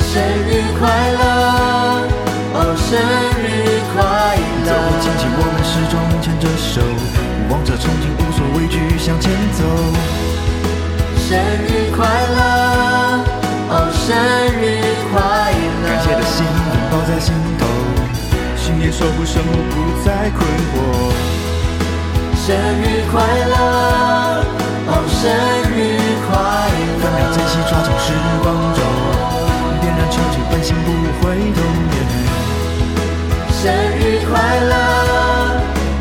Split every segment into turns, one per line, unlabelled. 生日快乐！哦，生日快乐！
走，紧紧我们始终牵着手，望着憧憬，无所畏惧向前走。
生日快乐！哦，生日快乐！
感谢的心拥抱在心头，信念守护生活不再困惑。
生日快乐！哦，生日快乐！
分秒珍惜，抓紧时光轴，点燃憧憬，本心不回头。
生日快乐，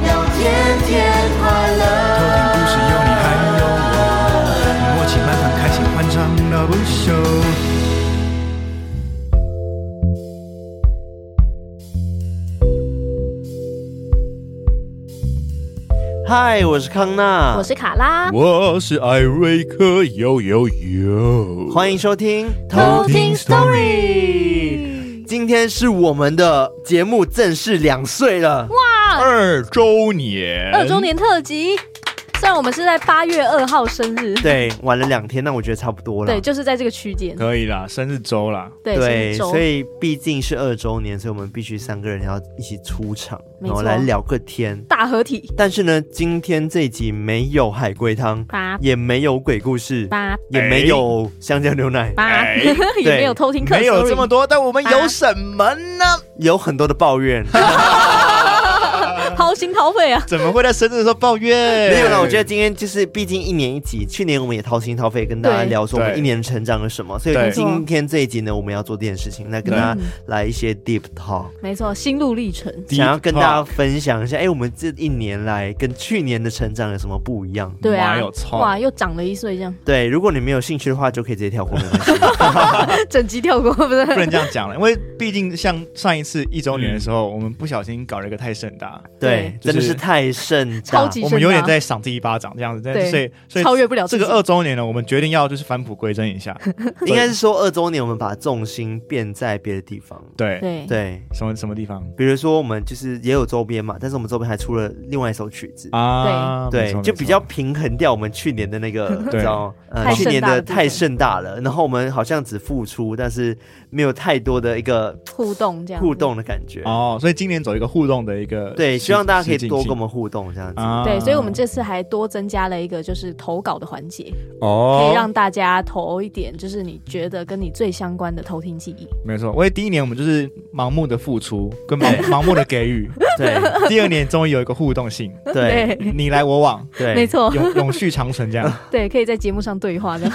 要天天快
头
乐。
顶故事有你还有我，默契满堂，开心欢唱到不休。
嗨，我是康娜，
我是卡拉，
我是艾瑞克，呦呦呦！
欢迎收听。
偷听
Story。今天是我们的节目正式两岁了，
二周年，
二周，年特辑。虽然我们是在八月二号生日，
对，晚了两天，那我觉得差不多了。
对，就是在这个区间，
可以啦，生日周啦，
对，
对，
这一周
所以毕竟是二周年，所以我们必须三个人要一起出场，
没错
然后来聊个天。
大合体
但是呢，今天这一集没有海龟 汤，
哎
八
也没有鬼故事，
八
也没有香蕉牛奶，
八，
哎
也没有偷听课，
没有这么多，但我们有
啊
什么呢？
有很多的抱怨。
sorry 掏心掏肺啊。
怎么会在生日的时候抱怨？
没有啦，我觉得今天就是毕竟一年一集，去年我们也掏心掏肺跟大家
对
聊说我们
对
一年成长了什么，所以
对
今天这一集呢，我们要做这件事情，来跟大家来一些 deep talk，
没错，心路历程，
Deep
想要跟大家
talk
分享一下，哎，我们这一年来跟去年的成长有什么不一样？
对啊
哇有，错
哇，又长了一岁，这样
对，如果你没有兴趣的话，就可以直接跳过，没关 系。
整集跳过，不是？
不能这样讲了，因 为毕竟像上一次一周年的时候，我们不小心搞了一个太盛大，
对
对，
就是
真的是太盛大，
超级
我
盛
们
大
有点在赏自己一巴掌这样子，但
对
所以所以
超越不了自
这个
己
二周年呢，我们决定要就是返璞归真一下，
应该是说二周年，我们把重心变在别的地方。
对，
对
对，
什么什么地方
比如说我们就是也有周边嘛，但是我们周边还出了另外一首曲子。
啊？没
对，
错
就
没错
比较平衡掉我们去年的那个，你知道吗，呃，
太
去
盛
年
大的
的
部分
太盛大了，然后我们好像只付出，但是没有太多的一个
互动这样子
互。动的感觉。
哦，所以今年走一个互动的一个
嗯对，
实
希望大家可以
实境
多跟
性
我们互动这样子。
啊
对，所以我们这次还多增加了一个就是投稿的环节，可以
哦，
让大家投一点，就是你觉得跟你最相关的偷听记忆。
没错，因为第一年我们就是盲目的付出 跟盲盲目的给予，
对
第二年终于有一个互动性，
对
你来我往，
对，
没。错，
永永续长存这 样，
对，可以在节目上对话的。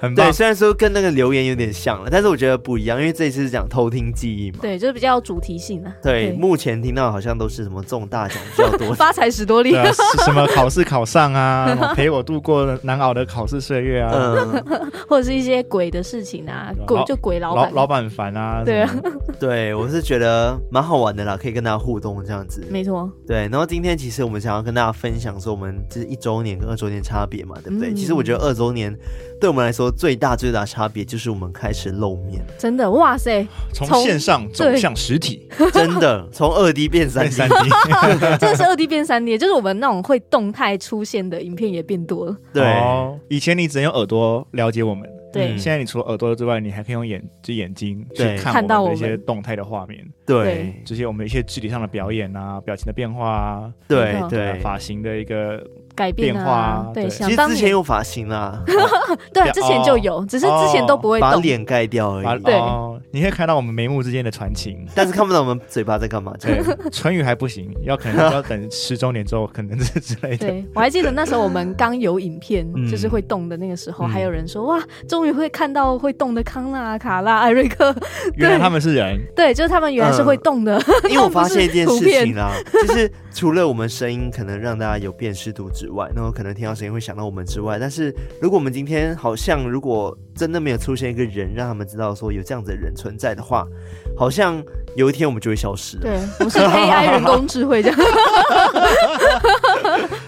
很棒
对，。虽然说跟那个留言有点像了，但是我觉得不一样，因为这一次是讲偷听记忆嘛。
对，就是比较有主题性的、啊。。
对，目前听到好像都是什么中大奖比较 多
发财史多利
对。啊，是什么考试考上啊， 陪我度过难熬的考试岁月啊，
嗯，
或者是一些鬼的事情啊，
老
鬼就鬼老
老
板，
老板烦啊，
对啊
什么 的
对，我是觉得蛮好玩的啦，可以跟大家互动这样子。
没错，
对，然后今天其实我们想要跟大家分享说，我们这一周年跟二周年差别嘛，对不对？
嗯
其实我觉得二周年对我们来说最大最大的差别就是我们开始露面，
真的，哇塞，
从
从
线上走
对
向实 体，
真的从二 D 变三 D
变三。D，
真的是二 D 变三 D，就是我们那种会动态出现的影片也变多了，
对、
哦以前你只能用耳朵了解我们，
对
嗯
现在你除了耳朵之外，你还可以用眼就眼睛去
对
看
看到
我们
我
的一些
们
动态的画面，
对
对
这些我们一些肢体上的表演啊，表情的变化啊，
对
嗯
对。
发型的一个
改变
变化啊
啊，对，
对
其
想
实
当
之前
年，
有发型啦，
对，之前就有，只是之前都不会
把
动，
脸盖掉而
把
已，
对
哦，你可以看到我们眉目之间的传情。
但是看不到我们嘴巴在干嘛。
对， 唇语还不行，要可能要等十周年之后，可能是 之类的。
对我还记得那时候我们刚有影片
嗯，
就是会动的那个时候，
嗯
还有人说哇，终于会看到会动的康纳、卡拉、 艾瑞克，
原来他们嗯是人，
对，就是他们原来是会动的，
因为我发现一件事
不是
情啦，就是除了我们声音可能让大家有辨识度之外，然后可能听到声音会想到我们之外，但是如果我们今天好像如果真的没有出现一个人让他们知道说有这样子的人存在的话，好像有一天我们就会消失了，
对，我们是 AI 人工智慧这样，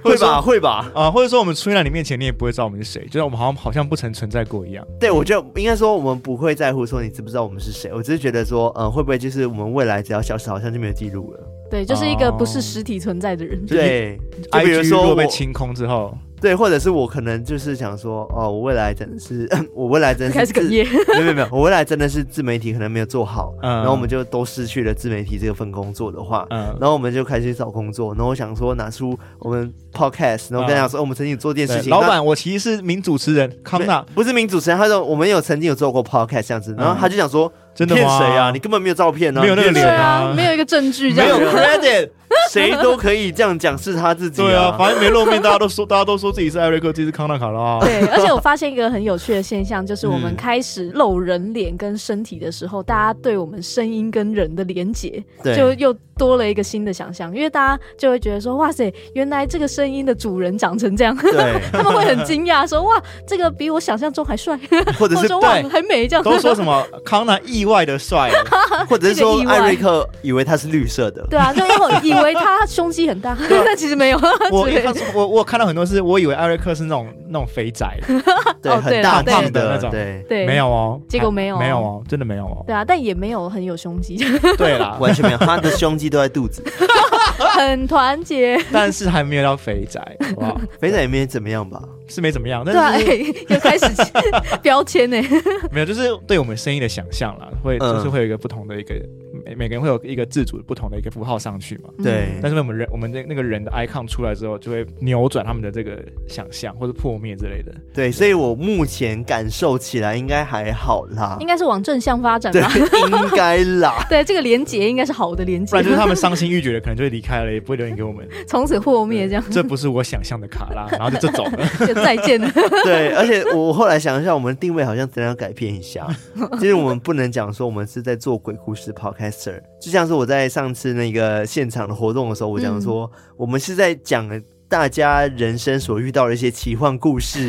会吧？会吧？
啊、或者说我们出现在你面前，你也不会知道我们是谁，就是我们好像好像不曾存在过一样。
对，我觉得应该说我们不会在乎说你知不知道我们是谁，我只是觉得说，嗯、会不会就是我们未来只要消失，好像就没有记录了？
哦
对，就是一个不是实体存在的人。
对，就
I
比如
G 如
说
果
我
被清空之后，
对，或者是我可能就是想说，哦，我未来真的是， 我未来真的是
开始哽
自
咽，
啊
没有没有没 有，我未来真的是自媒体可能没有做好，
嗯
然后我们就都失去了自媒体这个份工作的话，
嗯，
然后我们就开始找工作，然后我想说拿出我们 podcast，然后跟他讲说、哦我们曾经有做这件事
嗯对
情，
老
那
板，我其实是名主持人康
对
纳，
不是名主持人，他说我们有曾经有做过 podcast 这样子，然后他就想说、
真的
骗
吗
谁啊？你根本没有照片啊，
嗯没有那个
骗
对
脸
谁啊，
啊，没有一个证据这
没有
样。
credit，
谁都可以这样讲是他自己、
对啊，反正没露面，大家都说，大家都说自己是艾瑞克，自己是康纳卡 拉，
对，而且我发现一个很有趣的现象，就是我们
嗯
开始露人脸跟身体的时候，大家对我们声音跟人的连结，
对
就又多了一个新的想象，因为大家就会觉得说，哇塞，原来这个声音的主人长成这样，
对，
他们会很惊讶说，哇，这个比我想象中还帅，
或
或
者
者
是
说哇
对
还美这样。
都说什么康纳意外 的帅，
或者是
这个
说
意外
艾瑞克以为他是绿色的，
对啊，就以为以为他胸肌 很大， 但其实没有。
啊我
之类的
我我看到很多是，我以为艾瑞克是那种那种肥宅，
对，
哦对
很
了
大
对
胖
胖的
的
那种
对，
对，
没有哦，
结果没有哦
没有哦，真的没有 哦，
对啊，但也没有很有胸 肌，
对啦，
完全没有，他的胸肌都在 肚子，
很团结。
但是还没有到肥宅，好不好？
肥仔也没怎么样吧？
是没怎么样，
对啊，
但
哎
是
又开 始标签呢。
没有，就是对我们声音的想象啦，会
嗯
就是会有一个不同的一个每每个人会有一个自主不同的一个符号上去嘛。
嗯
对，
但是我们人我们那那个人的 icon 出来之后，就会扭转他们的这个想象或者破灭之类的。
对，所以我目前感受起来应该还好啦
应，该是往正向发展
对，
吧。
应该 啦。
对，这个连结应该是好的连
不
结
然，就是他们伤心欲绝了，可能就会离开了，也不会留言给我们。
从此破灭这样
这不是我想象的卡 拉，然后就就走了。
就再见 了。
对，而且我后来想一下，我们定位好像真的要改变一下。其实我们不能讲说我们是在做鬼故事 podcaster，就像是我在上次那个现场的活动的时候，我讲说、我们是在讲大家人生所遇到的一些奇幻故事，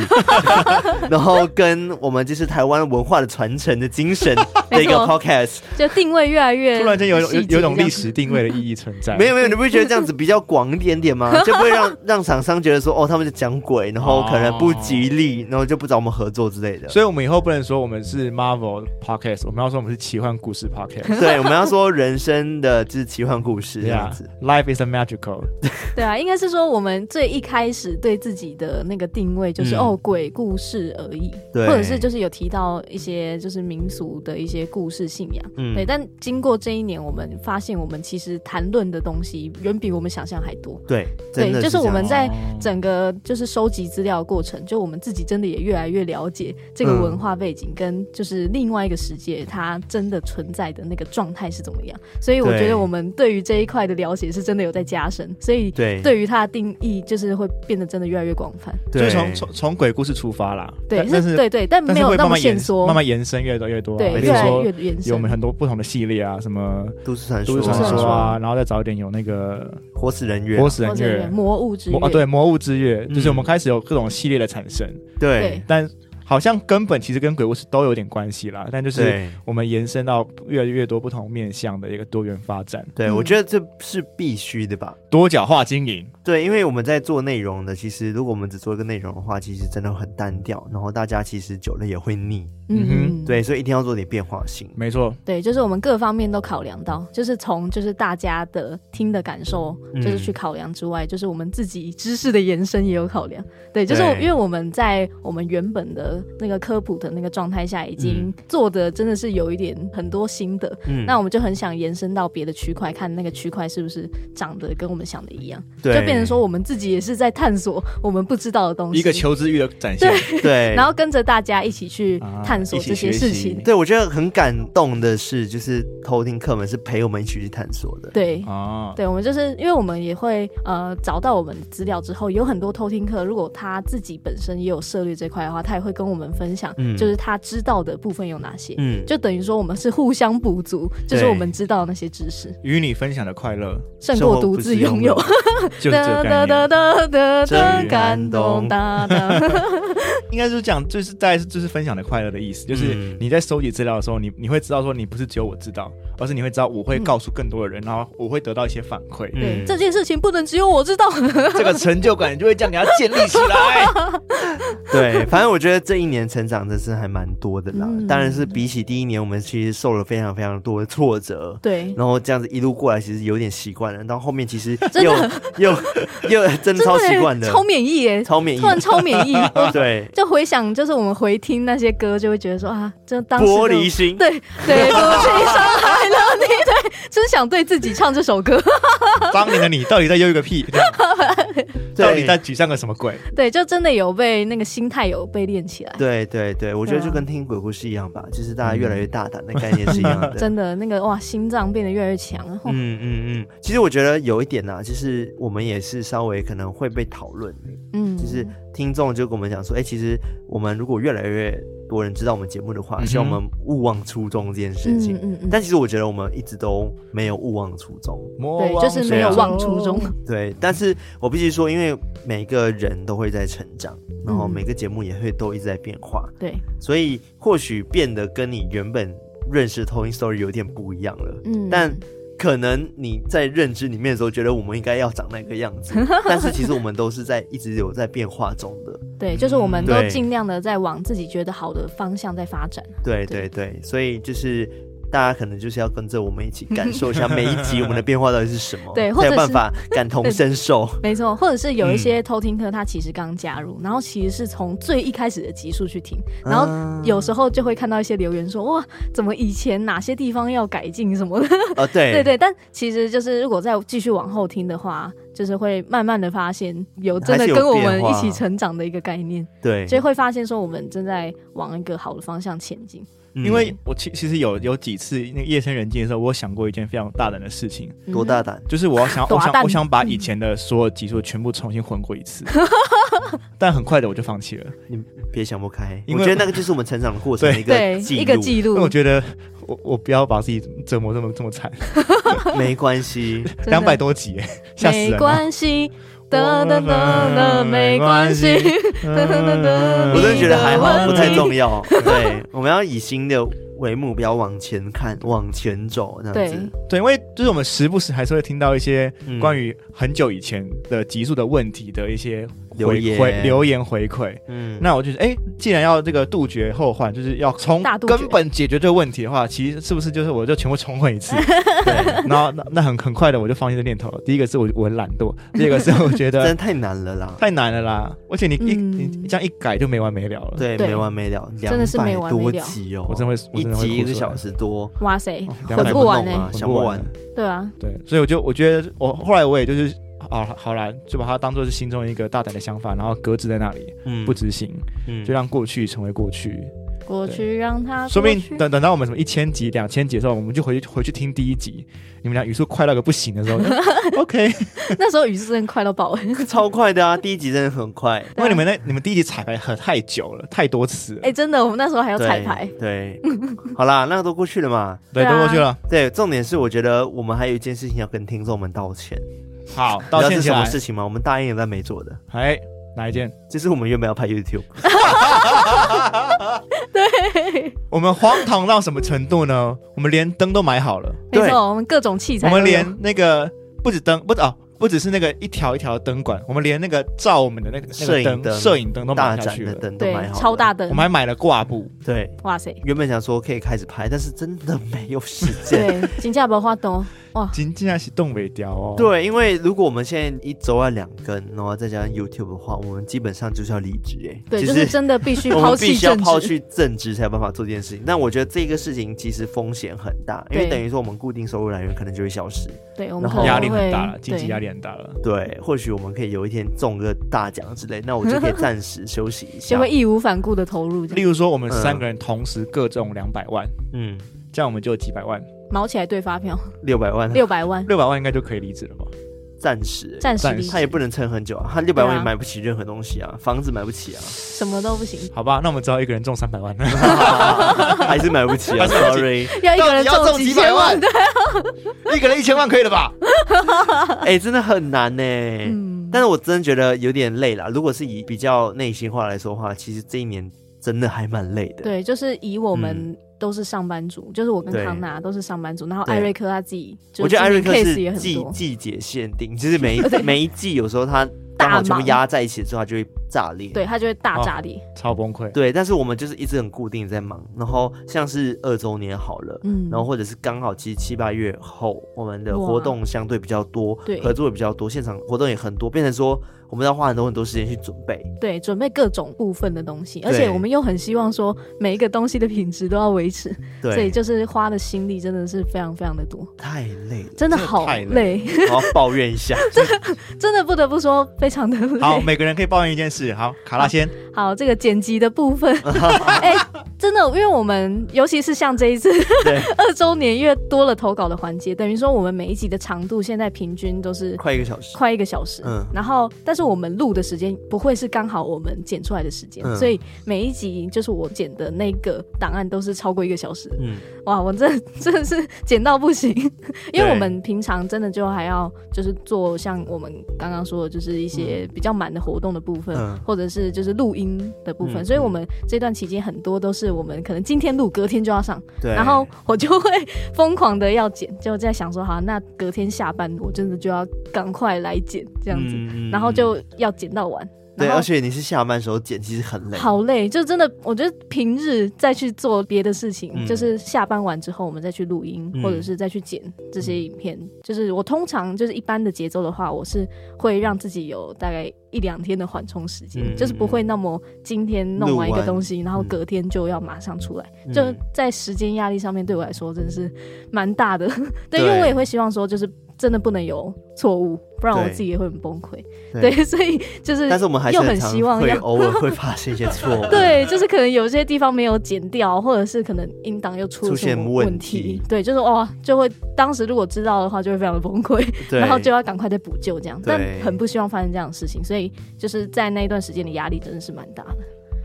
然后跟我们就是台湾文化的传承的精神的一个
没错
podcast。
就定位越来越
突然间有有有
细节
有种
这样
历史定位的意义存在。
没有没有，你不觉得这样子比较广一点点 吗？就不会让让厂商觉得说哦，他们在讲鬼，然后可能不吉利，然后就不找我们合作之类的。
所以我们以后不能说我们是 Marvel podcast，我们要说我们是奇幻故事 podcast。
对，我们要说人生的就是奇幻故事这样子。
Life is a magical。
对啊，应该是说我们最一开始对自己的那个定位就是、
嗯
哦鬼故事而已，
对
或者是就是有提到一些就是民俗的一些故事信仰，
嗯
对。但经过这一年，我们发现我们其实谈论的东西远比我们想象还多。
对，真
对
的，
就是
这
我
样
们在
哦
整个就是收集资料的过程，就我们自己真的也越来越了解这个
嗯
文化背景跟就是另外一个世界它真的存在的那个状态是怎么样。所以我
对
觉得我们对于这一块的了解是真的有在加深，所以
对
对于它的定义就是会变得真的越来越广泛。
就是
对
从从从鬼故事出发啦，
对，
但但是
对对，但没
但是
有
会
那
慢
么
慢延
限缩，
慢慢延伸越来越多啊，
对，
比
越
如
来
说
越延
有我
伸
们。很多不同的系列啊，什么
都市传
都市
说、
传说啊，
啊
然后再找一点有那个
活死人月
活，死
或
人
者
月
是、魔物之
魔啊，
月，
对魔物之月，
嗯
就是我们开始有各种系列的产生，
嗯
对
但好像根本其实跟鬼故事都有点关系啦，但就是
对
我们延伸到越来越多不同面向的一个多元发展，
对，
嗯
我觉得这是必须的吧。
多角化经营，
对，因为我们在做内容的，其实如果我们只做一个内容的话，其实真的很单调，然后大家其实久了也会腻，
嗯哼
嗯，
对，所以一定要做点变化性。
没错，
对，就是我们各方面都考量到，就是从就是大家的听的感受，
嗯
就是去考量之外，就是我们自己知识的延伸也有考量。对，就是
对
我因为我们在我们原本的那个科普的那个状态下，已
嗯
经做的真的是有一点很多新的，
嗯
那我们就很想延伸到别的区块，看那个区块是不是长得跟我们想的一样，
嗯
就
对
变成说我们自己也是在探索我们不知道的东西，
一个求知欲的展现，
对，
然后跟着大家一起去
啊
探索
一起
这些
学习
事情。
对，我觉得很感动的是，就是偷听课们是陪我们一起去探索的。
对，
啊，
对，我们就是因为我们也会呃找到我们资料之后，有很多偷听课，如果他自己本身也有涉猎这块的话，他也会跟我们分享，
嗯
就是他知道的部分有哪些，
嗯，
就等于说我们是互相补足，就是
对
我们知道的那些知识
与你分享的快 乐
胜
生
过
活
独
不
自
是
拥有。
就是这个概
哒哒哒哒
念。
哒
真
感动哒哒。
应该就是讲，就是大概是就是分享的快乐的意思，就是
嗯
你在收集资料的时候，你你会知道说你不是只有我知道，而是你会知道我会告诉更多的人，然后我会得到一些反馈，
对
嗯，
这件事情不能只有我知道。
这个成就感就会这样给它建立起来。
对，反正我觉得这这一年成长真是还蛮多的啦。
嗯
当然是比起第一年，我们其实受了非常非常多的挫折。
对，
然后这样子一路过来，其实有点习惯了。到后面其实
真
又
的
又又真的超习惯的，
超免疫耶，
超免疫
突，然超免疫。我
对，
就回想，就是我们回听那些歌，就会觉得说啊，就当时的
玻璃心，
对 对，不去伤害了你，对，真想对自己唱这首歌。
当年的你到底在忧郁个屁？这样到底在沮丧个什么鬼？
对，就真的有被那个心态有被练起来。
对对对，我觉
啊
得就跟听鬼故事一样吧，就是大家越来越大胆的概念是一样 的。
真的那个哇，心脏变得越来越强。然后
嗯嗯嗯，其实我觉得有一点呢、啊，就是我们也是稍微可能会被讨论，
嗯，
就是听众就跟我们讲说，哎、其实我们如果越来越多人知道我们节目的话，希望我们勿忘初衷这件事情。
嗯嗯嗯，
但其实我觉得我们一直都没有勿忘初衷，
对
对，就是没有忘初衷。
对。但是我必须说，因为每个人都会在成长，然后
嗯
每个节目也会都一直在变化，
对，
所以或许变得跟你原本认识的 Toy Story 有点不一样了。
嗯，
但可能你在认知里面的时候，觉得我们应该要长那个样 子，但是其实我们都是在一直有在变化中的。
对，就是我们
嗯
都
对
尽量的在往自己觉得好的方向在发展。啊
对对
对
对，所以就是大家可能就是要跟着我们一起感受一下每一集我们的变化到底是什么，
对或
才
者
有
是
办法感同 身受。
没错，或者是有一
嗯
些偷听课，他其实刚加入，然后其实是从最一开始的集数去听，然后
啊
有时候就会看到一些留言说，哇，怎么以前哪些地方要改进什么的。
啊，对
对对，但其实就是如果再继续往后听的话，就是会慢慢的发现有真
还
的
是有
跟我们
变化哎
一起成长的一个概念，
对
所以会发现说我们正在往一个好的方向前进。
嗯
因为我其其实有有几次那个夜深人静的时候，我有想过一件非常大胆的事情，
嗯
多大胆，
就是我 要想我
啊大
想
胆
我想把以前的所有集数全部重新混过一 次，但很快的我就放弃了，
你别想不开。
因
我
为
觉得那个就是我们成长的过程的 一
对
个记
一个
录，哎
记
因为
录
我，觉得我我不要把自己折磨这么这么惨，
没关 系。
真的
两百多集，哎吓死人
没
啊
了。
关系，哒哒哒哒，没关系，哒哒哒哒。
嗯我真的觉得还好，
你的问
不
题
太重 要。对，我们要以新的为目标往前看，往前走，这样
对
子。，
对，因为就是我们时不时还是会听到一些
嗯
关于很久以前的集数的问题的一些
留
回
言
回留言回馈。
嗯，
那我就觉得，哎、既然要这个杜绝后患，就是要从
大杜绝
根本解决这个问题的话，其实是不是就是我就全部重混 一次？
对，
然后那那很很快的我就放弃这念头了。第一个是我我很懒惰，第二个是我 觉
真的
得
太难了啦。
太难了啦，而且你一、
嗯
你这样一改就没完没了了。，
对，
对
没完没了，
真的是没
200
完没了
多集哦，
嗯我真会，我
一
真的会
集一
哭
个
出来
小时多，
哇塞
哦，两
混
百
不完欸
弄啊
呢，
想不完。
对啊，
对，所以我就我觉得我后来我也就是啊，好啦，就把它当做是心中一个大胆的想法，然后搁置在那里
嗯
不执行，
嗯
就让过去成为过去。
过去让它
说不
过
定
去
等等到我们什么一千集、两千集的时候，我们就回去回去听第一集，你们俩语速快到个不行的时候 ，OK，
那时候雨是真的快到爆，
超快的啊！第一集真的很快，
因为你们那你们第一集彩排很太久了，太多次了
哎，真的，我们那时候还要
对
彩排，
对，好啦，那个都过去了嘛。
对，
对啊
都过去了。
对，重点是我觉得我们还有一件事情要跟听众们道歉，
好，道
你
歉
知
起
道是什么
来
事。情吗？我们答应了但没做的，
哎，哪一件？
就是我们原本要拍 YouTube，
我们荒唐到什么程度呢？我们连灯都买好了，
没
对
错，我们各种器
我
材都有，
们连那个不止灯，不止哦，不只是那个一条一条的灯管，我们连那个照我们的那个那
摄
个
影
灯、
灯
摄影灯都
大
买下
展
去
的
了。
灯都
对
买好了，
超大灯
我们，还买了挂布，
对。
哇塞，
原本想说可以开始拍，但是真的没有时间。
对，金价包花懂，
仅竟然是动尾雕哦。
对，因为如果我们现在一周要两更，然后再加上 YouTube 的话，我们基本上就是要离职哎，
对，
就
就是真的必须
我
抛
们必
弃
须要
政
抛
治，
去正职才有办法做这件事情。那我觉得这个事情其实风险很大，因为
对
等于说我们固定收入来源可能就会消失。
对，我
然
们
后
可能
压力很大
哦会
了，经济
对
压力很大了。
对，或许我们可以有一天中个大奖之类，那 我就可以暂时休息一
就
下
会。义无反顾的投入这
例
样，
如说，我们三个人同时各中两百万，
嗯，
这样我们就有几百万，
毛起来对发票
六百万
六百万，
六百万应该就可以离职了吧？
暂时，
暂时
暂
离
时
他也
职
不能撑很久啊，他六百万
对啊
也买不起任何东西啊，房子买不 起啊，
什么都不行，
好吧，那我们只要一个人中三百万，
还是买不起啊
还是买不起
，sorry。
要一个哎人
到底要中
几
几百
千
万
对，
一个人一千万可以 了吧？
哎、真的很难呢、
嗯，
但是我真的觉得有点累啦。如果是以比较内心话来说的话，其实这一年真的还蛮累 的。
对，就是以我们。都是上班族，就是我跟
对
康纳都是上班族，然后
对
艾瑞克他自己，就
我觉得艾瑞克
自己 case 也
是
很
季
多，
季节限定，就是每一每一季有时候他
大
刚好全部
忙
压在一起之后，他就会炸裂。
对它就会大炸裂。
超崩溃。
对，但是我们就是一直很固定在忙，然后像是二周年好了，
嗯，
然后或者是刚好其实七八月后，我们的
哇
活动相对比较多，
对
合作也比较多，现场活动也很多，变成说我们要花很多很多时间去准备。
对，准备各种部分的东西，而且我们又很希望说每一个东西的品质都要维持，所以
对，
就是花的心力真的是非常非常的多，
太累了，
真的好
太
累，
我要抱怨一下。
真的不得不说非常的累。
好，每个人可以抱怨一件事。好，卡拉先，
好，这个剪辑的部分，哎、真的，因为我们尤其是像这一次
对
二周年，因为多了投稿的环节，等于说我们每一集的长度现在平均都是
快一个小时，
快一个小时，
嗯
然后但是我们录的时间不会是刚好我们剪出来的时间，
嗯
所以每一集就是我剪的那个档案都是超过一个小时的，
嗯，
哇，我真的真的是剪到不行，因为
对
我们平常真的就还要就是做像我们刚刚说的，就是一些比较满的活动的部分，
嗯
或者是就是录音的部分，
嗯
所以我们这段期间很多都是我们可能今天录，隔天就要上，
对。
然后我就会疯狂的要剪，就在想说，好，那隔天下班我真的就要赶快来剪这
这
样子，
嗯
然后就要剪到完，
对，
然后
而且你是下班时候剪，其实很累。
好累，就真的，我觉得平日再去做别的事情，
嗯
就是下班完之后我们再去录音，
嗯
或者是再去剪这些影片。就是我通常就是一般的节奏的话，我是会让自己有大概一两天的缓冲时间，
嗯
就是不会那么今天弄完一
录
个
完
东西，然后
嗯
隔天就要马上出来。
嗯
就在时间压力上面，对我来说真的是蛮大的。 对，
对
因为我也会希望说，就是真的不能有错误，不然我
对
自己也会很崩溃。
对
对，所以就是，
但是我们还是
又很
常
希望
会
要，
偶尔会发生一些错误。
对，就是可能有些地方没有剪掉，或者是可能音档又出了
出
什
现
么
问
问
题
对，就是哇，就会当时如果知道的话，就会非常的崩溃，
对
然后就要赶快再补救这样。但
对
很不希望发生这样的事情，所以就是在那一段时间的压力真的是蛮大的。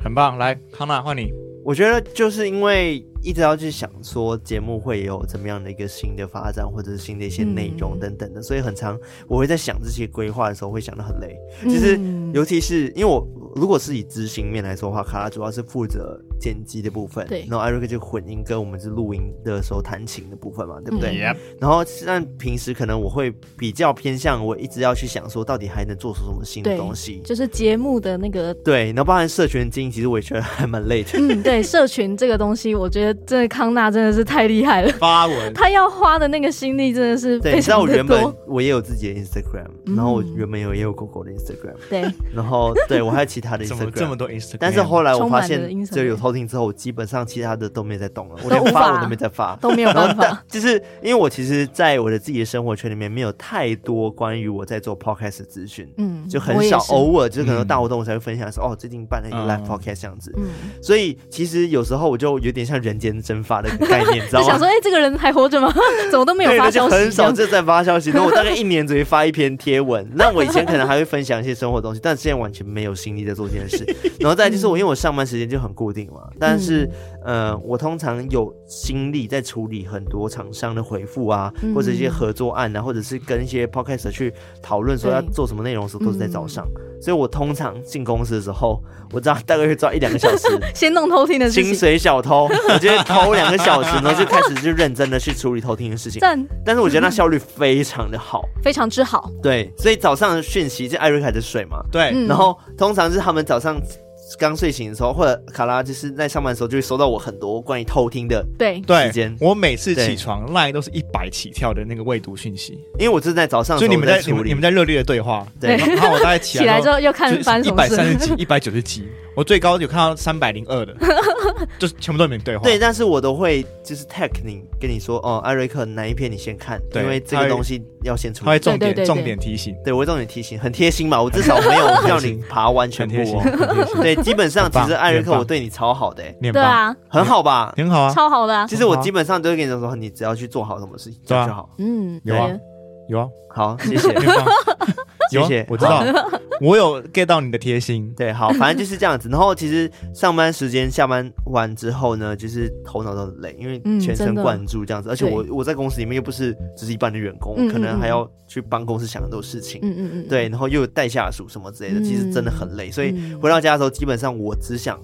很棒。来，康纳换你。
我觉得就是因为一直要去想说节目会有怎么样的一个新的发展，或者是新的一些内容
嗯
等等的，所以很常我会在想这些规划的时候会想得很累。其实
嗯
尤其是因为我如果是以执行面来说的话，卡拉主要是负责剪辑的部分，
对
然后艾瑞克就混音跟我们是录音的时候弹琴的部分嘛，对不对？
嗯
Yep
然后但平时可能我会比较偏向我一直要去想说到底还能做出什么新的
对
东西。
就是节目的那个。
对，然后包含社群经营，其实我也觉得还蛮累的。
嗯，对，社群这个东西，我觉得真的康纳真的是太厉 害了，
发 文，
他要花的那个心力真的是
对，你
非
知道
常
我
的
原
多
本。我也有自己的 Instagram，、
嗯
然后我原本有也有狗狗的 Instagram，
对，
然后对我还有其他的
怎么
Instagram，
这么多 Instagram？
但是后来我发
充满了
现，
Instagram
就有偷听之后，我基本上其他的都没在动了，我
都
连
无
发
法
我都没在发。
都没有办
但
法。
就是因为我其实，在我的自己的生活圈里面，没有太多关于我在做 podcast 的资讯，
嗯，
就
我
很
也
少，
是。
偶尔就可能
嗯
大活动我才会分享说，哦，最近办了一个 live
嗯
podcast 这样子。
嗯，
所以其实有时候我就有点像人间蒸发的一个概念，你知
就
道吗
想？说，哎、这个人还活着吗？ 怎么都没有
对，
发
那就
消息？
很
这
少
样
就在发消息。那我大概一 年只会发一篇贴文。那我以前可能还会分享一些生活东西，但现在完全没有心力在做这件事。然后再来就是我，因为我上班时间就很固定嘛，但是、
嗯
呃，我通常有心力在处理很多厂商的回复啊，
嗯
或者一些合作案啊，或者是跟一些 podcast 去讨论说要
对嗯
做什么内容的时候，都是在早上。所以我通常进公司的时候，我知道大概会抓一两个小 时，
先弄偷听的事
薪
情。
水小偷，我就会偷两 个小时，然后就开始就认真的去处理偷听的事情。
赞，
但是我觉得那效率非常的好，
非常之好。
嗯
对，所以早上的讯息就艾瑞卡的水嘛，
对，
嗯
哎然后通常是他们早上刚睡醒的时候，或者卡拉就是在上班的时候，就会收到我很多关于偷听的，
对，
时
对
间，
我每次
对
起床 line 都是一百起跳的那个未读讯息，
因为我是在早上的
所
时
以你
候
们在你
处
们
理
你们，在热烈的对话，
对
然后我大概起
起来之后又看翻
一
什
百
么
三十
事。
集、一百九十集，我最高有看到三百零二 的，就是全部都没对话。
对，但是我都会就是 tag 你，跟你说哦，艾瑞克哪一篇你先看，
对
因为这
他
个
会
东西要先处
他
理
会。重点
对对对对
重点提醒，
对，我会重点提醒，很贴心嘛，我至少没 有让你爬完全
很
部
贴心，
哦。
很贴 心
对，基本上其
很
实
棒
艾瑞克
很棒
我对你超好的、欸，
你很
对
棒，
啊，
很好吧？
挺好啊，
超好的、啊。
其实我基本上都会跟你说，你只要去做好什么事情，这样就好。
嗯，
有啊有啊，
好，谢谢。
你很棒，有啊
谢谢
我知道，我有 get 到你的贴心，
对，好，反正就是这样子。然后其实上班时间下班完之后呢，就是头脑都很累，因为
嗯
全神
真的
贯注这样子。而且我我在公司里面又不是只是一般的员工，
嗯
可
嗯
能
嗯
还要去帮公司想很多事情。
嗯嗯嗯，
对，然后又有带下属什么之类的，
嗯
其实真的很累。所以
嗯
回到家的时候，基本上我只想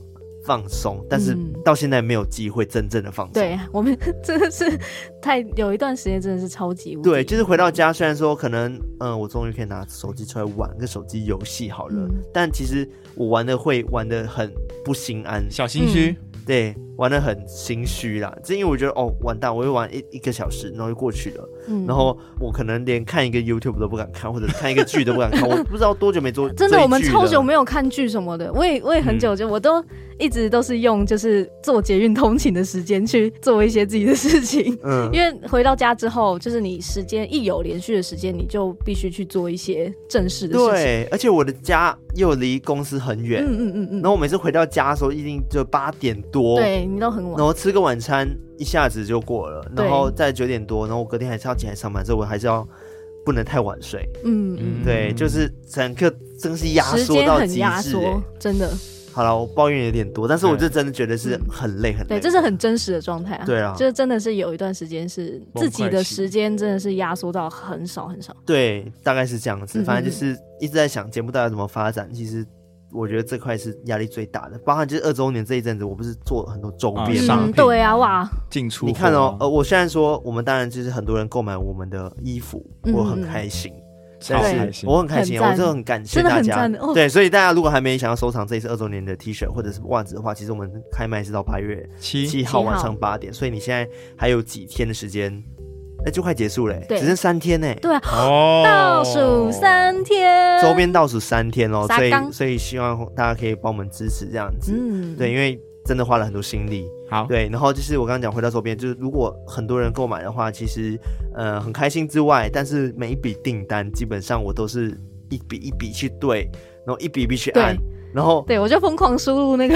放松，但是
嗯
到现在没有机会真正的放松。
对我们 真的是太有一段时间真的是超级无敌
对，就是回到家，虽然说可能，嗯，我终于可以拿手机出来玩个手机游戏好了，
嗯
但其实我玩的会玩的很不心安，
小心虚，
对，玩的很心虚啦。这因为我觉得哦，完蛋，我又玩一一个小时，然后就过去了，
嗯
然后我可能连看一个 YouTube 都不敢看，或者看一个剧都不敢看，我不知道多久没做
真的，我们
追剧嗯
超久
了
没有看剧什么的，我也我也很久就、我都一直都是用就是做捷运通勤的时间去做一些自己的事情，
嗯
因为回到家之后，就是你时间一有连续的时间，你就必须去做一些正式的事情。
对，而且我的家又离公司很远，
嗯嗯嗯嗯
然，后我每次回到家的时候一定就八点多，
对你都很晚
然。后吃个晚餐一下子就过了，
对
然后在九点多，然后我隔天还是要起来上班，所以我还是要不能太晚睡。
嗯嗯，
嗯
对，就是整个真是压
时
缩
间
到
很
极
压
致、
缩
欸。，
真的，
好了，我抱怨有点多，但是我
嗯
就真的觉得是很累很累。
对，这是很真实的状态啊。
对啊
就是真的是有一段时间是
崩
自己
溃
的
期
时间真的是压缩到很少很少。
对，大概是这样子。
嗯
反正就是一直在想节目到底要怎么发展。其实我觉得这块是压力最大的，包含就是二周年这一阵子，我不是做了很多周
别
边嘛。
啊商
嗯，
品
对啊，哇，
进出货
你
啊。
看哦，呃，我虽然说我们当然就是很多人购买我们的衣服，
嗯
我很开心，
超
但
对
开
是
心。
我很开心，
很赞
我真的很感谢大
真的
家。
很赞哦
对，所以大家如果还没想要收藏这一次二周年的 T 恤或者是袜子的话，其实我们开卖是到八月
七
七号
7号
晚上八点，所以你现在还有几天的时间，哎，就快结束了欸，
对
只剩三天呢。
对啊，
哦，
倒数三天，
周边倒数三天哦，
三
所以
天
所以希望大家可以帮我们支持这样子。
嗯，
对，因为真的花了很多心力。
好，
对，然后就是我刚刚讲回到周边，就是如果很多人购买的话，其实呃很开心之外，但是每一笔订单基本上我都是一笔一笔去对，然后一笔一笔去按
对，
然后
对，我就疯狂输入那个，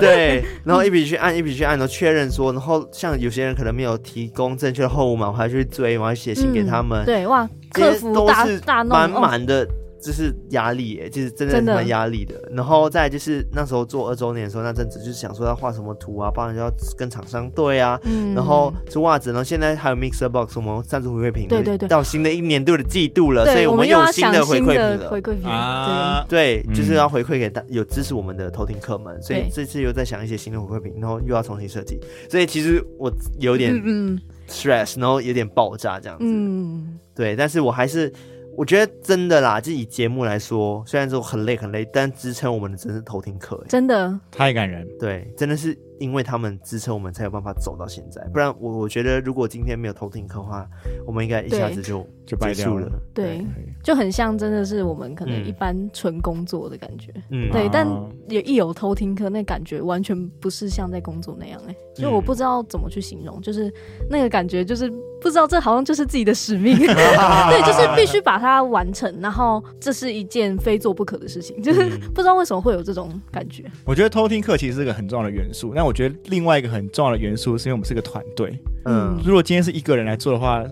对，然后一笔去按，一笔去按，然后确认说，然后像有些人可能没有提供正确的后码，我还去追，我还写信给他们，
嗯对，哇，
这
客
些
服
都
大
是
大弄，
满
哦
满的。就是压力耶，就是真的是
真的
蛮压力的。然后再来就是那时候做二周年的时候，那阵子就是想说要画什么图啊，帮人家跟厂商对啊，
嗯
然后这袜子，然后现在还有 Mixer Box，我们赞助回馈品，
对对对
到新的一年度的季度了，所以
对，我
们
们
又有
要
新
想
的回
新
馈品
的回
了。
馈品，对，
啊，
对，
嗯
就是要回馈给大有支持我们的偷听客们，所以
对
这次又在想一些新的回馈品，然后又要重新设计，所以其实我有点
嗯嗯
stress，然后有点爆炸这样子。
嗯，
对，但是我还是我觉得真的啦，就以节目来说，虽然说很累很累，但支撑我们的真是偷听客、欸。
真的，
太感人。
对，真的是因为他们支撑我们才有办法走到现在，不然我我觉得如果今天没有偷听课的话，我们应该一下子就结
就掰掉
束
了
了。
对，就很像真的是我们可能
嗯
一般纯工作的感觉，
嗯，
对
啊，
但也一有偷听课，那感觉完全不是像在工作那样、哎，就
嗯
我不知道怎么去形容，就是那个感觉，就是不知道这好像就是自己的使命，对，就是必须把它完成，然后这是一件非做不可的事情，就是
嗯
不知道为什么会有这种感觉，
我觉得偷听课其实是个很重要的元素。那我觉得另外一个很重要的元素是因为我们是个团队。
嗯
嗯
如果今天是一个人来做的话，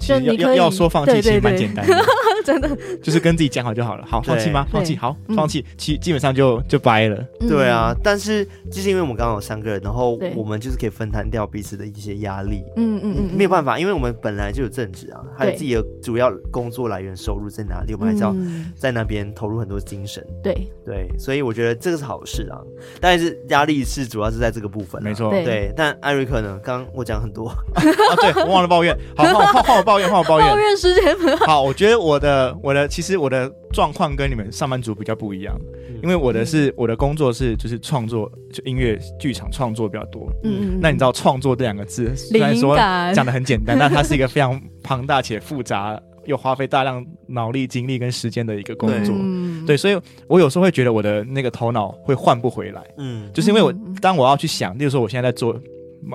其
就
实要
你可
要
以
要说放弃，
对
其
对
实蛮
对
简 单的，
真的，
就是跟自己讲好就好了。好，
对
放弃吗？放弃，
对
好，
嗯
放弃，其基本上就就掰了。
嗯
对啊，，但是就是因为我们刚好有三个人，然后
对
我们就是可以分摊掉彼此的一些压力。
嗯嗯嗯，
没有
法，
办法，因为我们本来就有正职啊，还有
对
自己的主要工作来源收入在哪里，我们还是要
嗯
在那边投入很多精神。
对，
对，所以我觉得这个是好事啊，但是压力是主要是在这个部分啊。
没错。
对
对，但艾瑞克呢？刚刚我讲很多，
啊，对我忘了抱怨。好，换我换换我抱怨，换我抱
抱
怨。
怨时间很
好，我觉得我的我的其实我的状况跟你们上班族比较不一样，因为我的是我的工作是就是创作，就音乐剧场创作比较多。
嗯
那你知道“创作”这两个字，虽然
灵
说
感
讲的很简单，但它是一个非常庞大且复杂，又花费大量脑力、精力跟时间的一个工作。
嗯
对，所以我有时候会觉得我的那个头脑会换不回来，
嗯，
就是因为我
嗯嗯
当我要去想，例如说我现在在做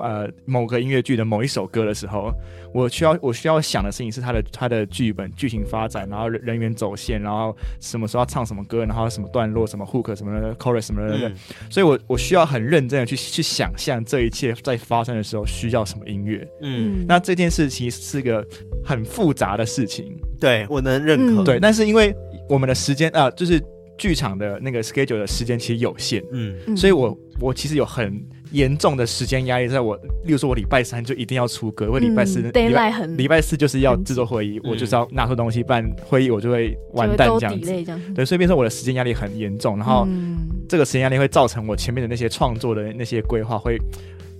呃某个音乐剧的某一首歌的时候，我需要我需要想的事情是它的它的剧本、剧情发展，然后人人员走线，然后什么时候要唱什么歌，然后什么段落、什么 hook、什么 chorus 什么的，
嗯
所以我我需要很认真的去去想象这一切在发生的时候需要什么音乐。
嗯，
那这件事其实是个很复杂的事情，
对我能认可，
嗯
对，但是因为我们的时间啊、呃就是剧场的那个 schedule 的时间其实有限，
嗯
所以我我其实有很严重的时间压力，在我，例如说我礼拜三就一定要出歌，或礼拜四、
嗯
礼拜
deadline 很
礼拜四就是要制作会议，
嗯
我就是要拿出东西，不然会议我就会完蛋这样
子
子。，哦
这样，
对，所以变成我的时间压力很严重，然后
嗯
这个时间压力会造成我前面的那些创作的那些规划会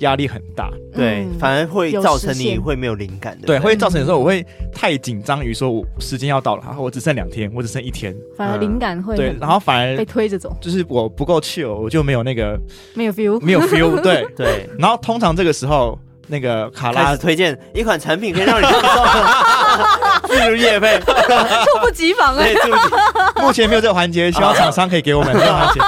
压力很大，
对，
嗯
反而会
有
造
实
成你
现
会没有灵感的。
对，
不
会造成有时候我会太紧张于说我时间要到了，啊我只剩两天，我只剩一天，
反而灵感会
呃对
很，
然后反而
被推着走，
就是我不够 chill，我就没有那个
没有 feel。
没有 feel，对，
对，
然后通常这个时候那个卡
开
拉
始推荐一款产品可以让你放松， 例如夜配，
猝不及防哎、
对，助理
目前没有这个环节，希望厂商可以给我们这个环节。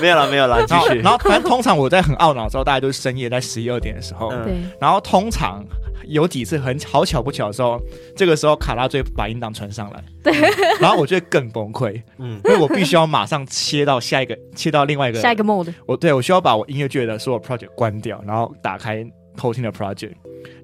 没有了，没有了，继
然后，
续
然。后反正通常我在很懊恼的时候，大概都是深夜在十一二点的时候。
嗯
对，
然后通常有几次很好巧不巧的时候，这个时候卡拉就会把音档传上来，对，然后我就会更崩溃，
嗯，
因为我必须要马上切到下一个，切到另外一个，
下一个 mode
我对我需要把我音乐剧的所有 project 关掉，然后打开偷听的 project。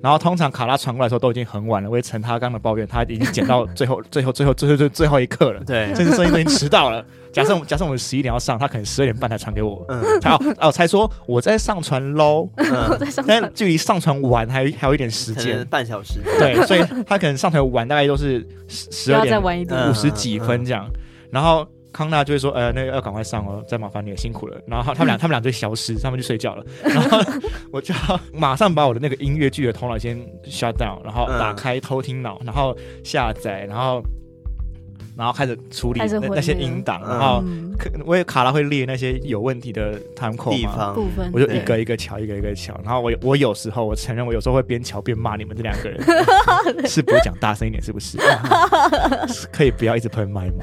然后通常卡拉传过来的时候都已经很晚了，我也承他刚的抱怨，他已经剪到 最后最后最后最后最后最后一刻了，
对，
甚至声音都已经迟到了。假设我们假设我们十一点要上，他可能十二点半才传给我，
嗯
才哦哦才说我在上传喽，
我
嗯，
在上
但
传，
距离上传完还有还有一点时
可能
间，
半小 时。
对，所以他可能上传完大概都是十
不
十二
要
点
再玩一点。
嗯
五十几分这样，然后康纳就会说，呃，那个要赶快上哦，再麻烦你了，辛苦了。然后他 们俩，他们俩就消失，他们就睡觉了。然后我就要马上把我的那个音乐剧的头脑先 shut down，然后
嗯
打开偷听脑，然后下载，然后然后开始处理
开始
那
回
那些
那个
音档，
嗯
然后
嗯，
可我也卡拉会列那些有问题的 time code
地
嘛。
方
部分
我就一个一个瞧，一个一个瞧。然后我我有时候我承认，我有时候会边瞧边骂你们这两个 人，是不是讲大声一点？是不是？是可以不要一直喷麦 吗？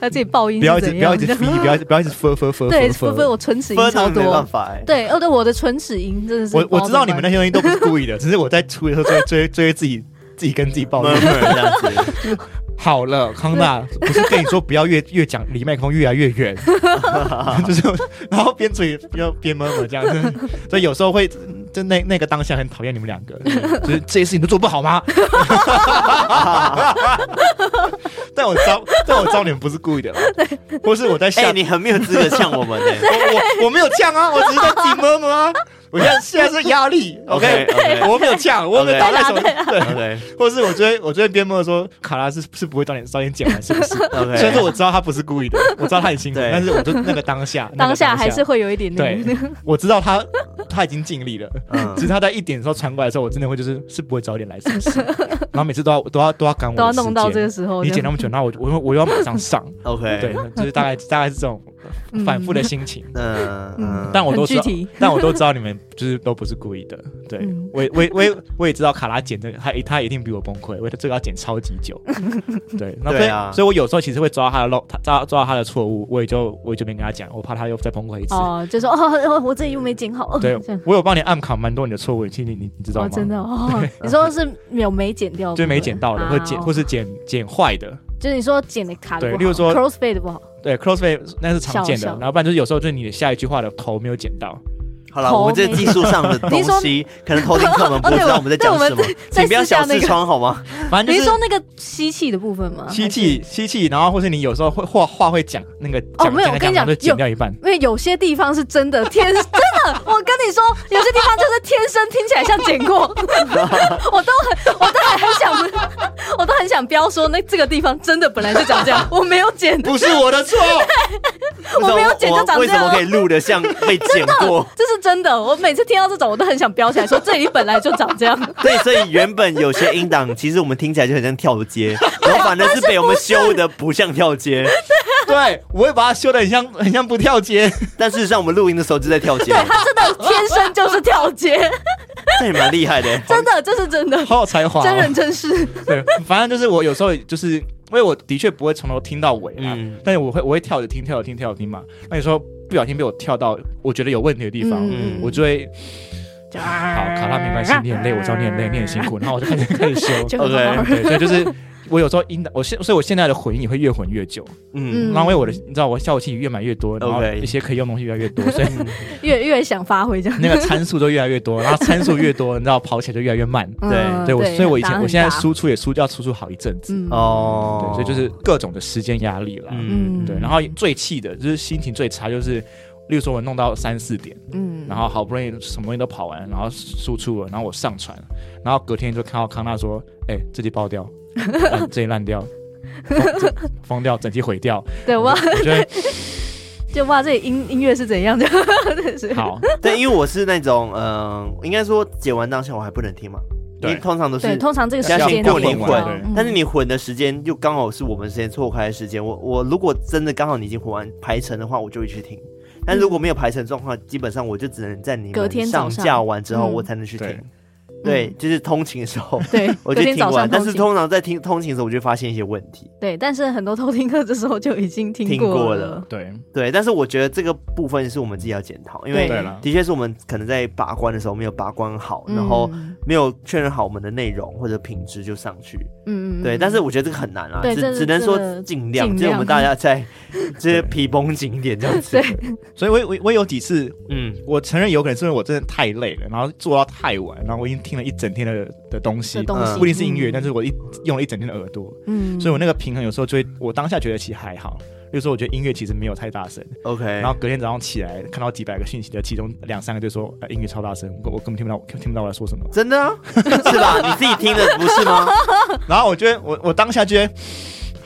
他自己爆音
不要
是怎
一直不要
样
一 直
的？
飞，不要一直不要一直啊分分分
对，
分
不不，我唇齿音
分
超
没办
多。
法哎，
对，哦对，我的唇齿音真的是
我我知道你们那
些
些东西都不是故意的，只是我在出的时候追追追自己自己跟自己抱
闷
怨。
闷这样子，
好了，康纳，不是跟你说不要越越讲离麦克风越来越 远，就是然后边嘴要边闷闷这样 子，所以有时候会就那那个当下很讨厌你们两个，就是这些事情都做不好吗？ 但我知道，但我知道你们不是故意的啦，或是我在
哎、
下
你很没有资格呛我们 哎、
我我我没有呛啊，我只是在自己摸摸啊。我现在现在是压力
OK，
，OK，我没有呛，我没有打在手，对，
OK
或是我就会我就会边摸说卡拉是是不会早点早点剪完，是不是？
OK，
虽然说我知道他不是故意的，我知道他很辛苦，
对
但是我就那个当下， 那个
当下还是会有一点
对嗯
点。，
我知道他他已经尽力了。
嗯
只是他在一点的时候传过来的时候，我真的会就是是不会早点来，是不是？然后每次都要都要都要赶我
都要
的时
弄到
间
这个时候，
你剪那么久，那我我我又要马上 上，
OK，
对，就是大概大概是这种反复的心情。
嗯嗯
嗯，
但我都知道
很具体，
但我都知道你们就是都不是故意的。对，
嗯
我也我也我也我也知道卡拉剪这个，他他一定比我崩溃，因为他这个要剪超级 久。对，那所
对
以、
啊
所以我有时候其实会抓到他的漏，他抓抓到他的错误，我也就我也就没跟他讲，我怕他又再崩溃一次。
哦，就说哦，我这里又没剪好，哦
对
这样，
我有帮你暗扛蛮多你的错误，其实你你你知道吗？
哦，真的哦，你说是有没剪掉的部分，
就是没剪到的，
啊
或剪、
哦
或是剪剪坏的，
就是你说剪的卡的
对
不好，
例如说
crossfade 的不好，
对，crossfit 那是常见的，
小小
然后不然就是有时候就是你的下一句话的头没有剪到，
好了，我们这技术上的 东西，可能偷 听客们不知道哦我们在讲什么，请不要小视窗好 吗？
反正
你
就是
说那个吸气的部分吗？
吸气吸气，然后或是你有时候会话话会讲那个
哦
讲
没有
讲
我跟你
讲
讲
就剪
有
掉 一半，
因为有些地方是真的天， 真的，我跟你说，有些地方就是天生听起来像剪过， 我都很，我都还很想， 我都很想标说，那这个地方真的本来就长 这样，我没有剪，
不是我 的错。
为什么可以录的 像被剪过？
哦这是真的。我每次听到这种，我都很想标起来说，这里本来就长这样，
对，所以原本有些音档，其实我们听起来就很像跳 街，然后反而是被我们修的不像跳街，
对，我会把它修的很像很像不跳街，
但事实上我们录音的时候就在跳街，
它真的天生就是跳街，
这也蛮厉害 的。
真的，这是真的，
好有才华、哦。
真人真事。
对，反正就是我有时候就是因为我的确不会从头听到尾啊，
嗯
但是我会我会跳着听，跳着听，跳着听嘛。那你说不小心被我跳到我觉得有问题的地方，
嗯
我就会。好，卡拉没关系，你很累，我知道你很累，你很辛苦，然后我就开始开始修。
就
OK
对，所以就是我有时候音的，我现所以我现在的混音也会越混越久，
嗯
嗯
然后因为我的你知道我效果器越买越多，然后
OK
一些可以用的东西越来越 多，所以
越越想发挥这样。
那个参数就越来越多，然后参数越多，你知道跑起来就越来越慢。
对
嗯
对我，所以我以前我现
很
在，
大
输出也输掉输出好一阵子，
嗯
哦，
对，所以就是各种的时间压力啦。
嗯
对，然后最气的就是心情最差，就是例如说我弄到三四点，
嗯
然后好不容易什么东西都跑完，然后输出了，然后我上传，然后隔天就看到康纳说：“哎、这集 爆掉，呃、这集烂掉，疯这疯掉，整集毁掉。
对
我”
我
我觉得
就哇，这里音音乐是怎样的？真的是，
好，
对，因为我是那种，嗯、应该说解完当下我还不能听嘛，因
对
为通常都
对，
是
通常这个时
要
间
先过
点
灵
灵
魂
魂
到
对
嗯
但是你混的时间又刚好是我们时间错开的时间。我我如果真的刚好你已经混完排程的话，我就会去听。但如果没有排程状况，基本上我就只能在你们
嗯隔天早
上
上
架完之后，
嗯
我才能去听。
对
对，就是通勤的时 候，
对，
我
隔
就
天
听
早上
完。但
偷
是
听，
通常在听通勤的时候，我就发现一些问题。
对，但是很多偷听课这时候就已经听
听
过
过
了
了，
对
对，但是我觉得这个部分是我们自己要检讨，因为
对了，
的确是我们可能在把关的时候没有把关好，
嗯
然后没有确认好我们的内容或者品质就上去。
嗯嗯，
对，
嗯
但是我觉得这个很难啊，
对
只
这
只能说
这个
尽量，
尽
就是我
量
们大家 在就是皮绷紧一点这样子。
所以我我我有几次，
嗯，
我承认有可能是因为我真的太累了，然后做到太晚，然后我已经听了一整天的的东西
的，东西
嗯
不一定是音乐，
嗯
但是我一用了一整天的耳朵，
嗯，
所以我那个平衡有时候就会，我当下觉得其实还好。比如说，我觉得音乐其实没有太大声，
OK，
然后隔天早上起来看到几百个讯息的，其中两三个就说、呃、音乐超大声，我我根本听不到，我听不到我在说什么。
真的啊，是吧？你自己听的不是 吗？
然后我觉得我我当下觉得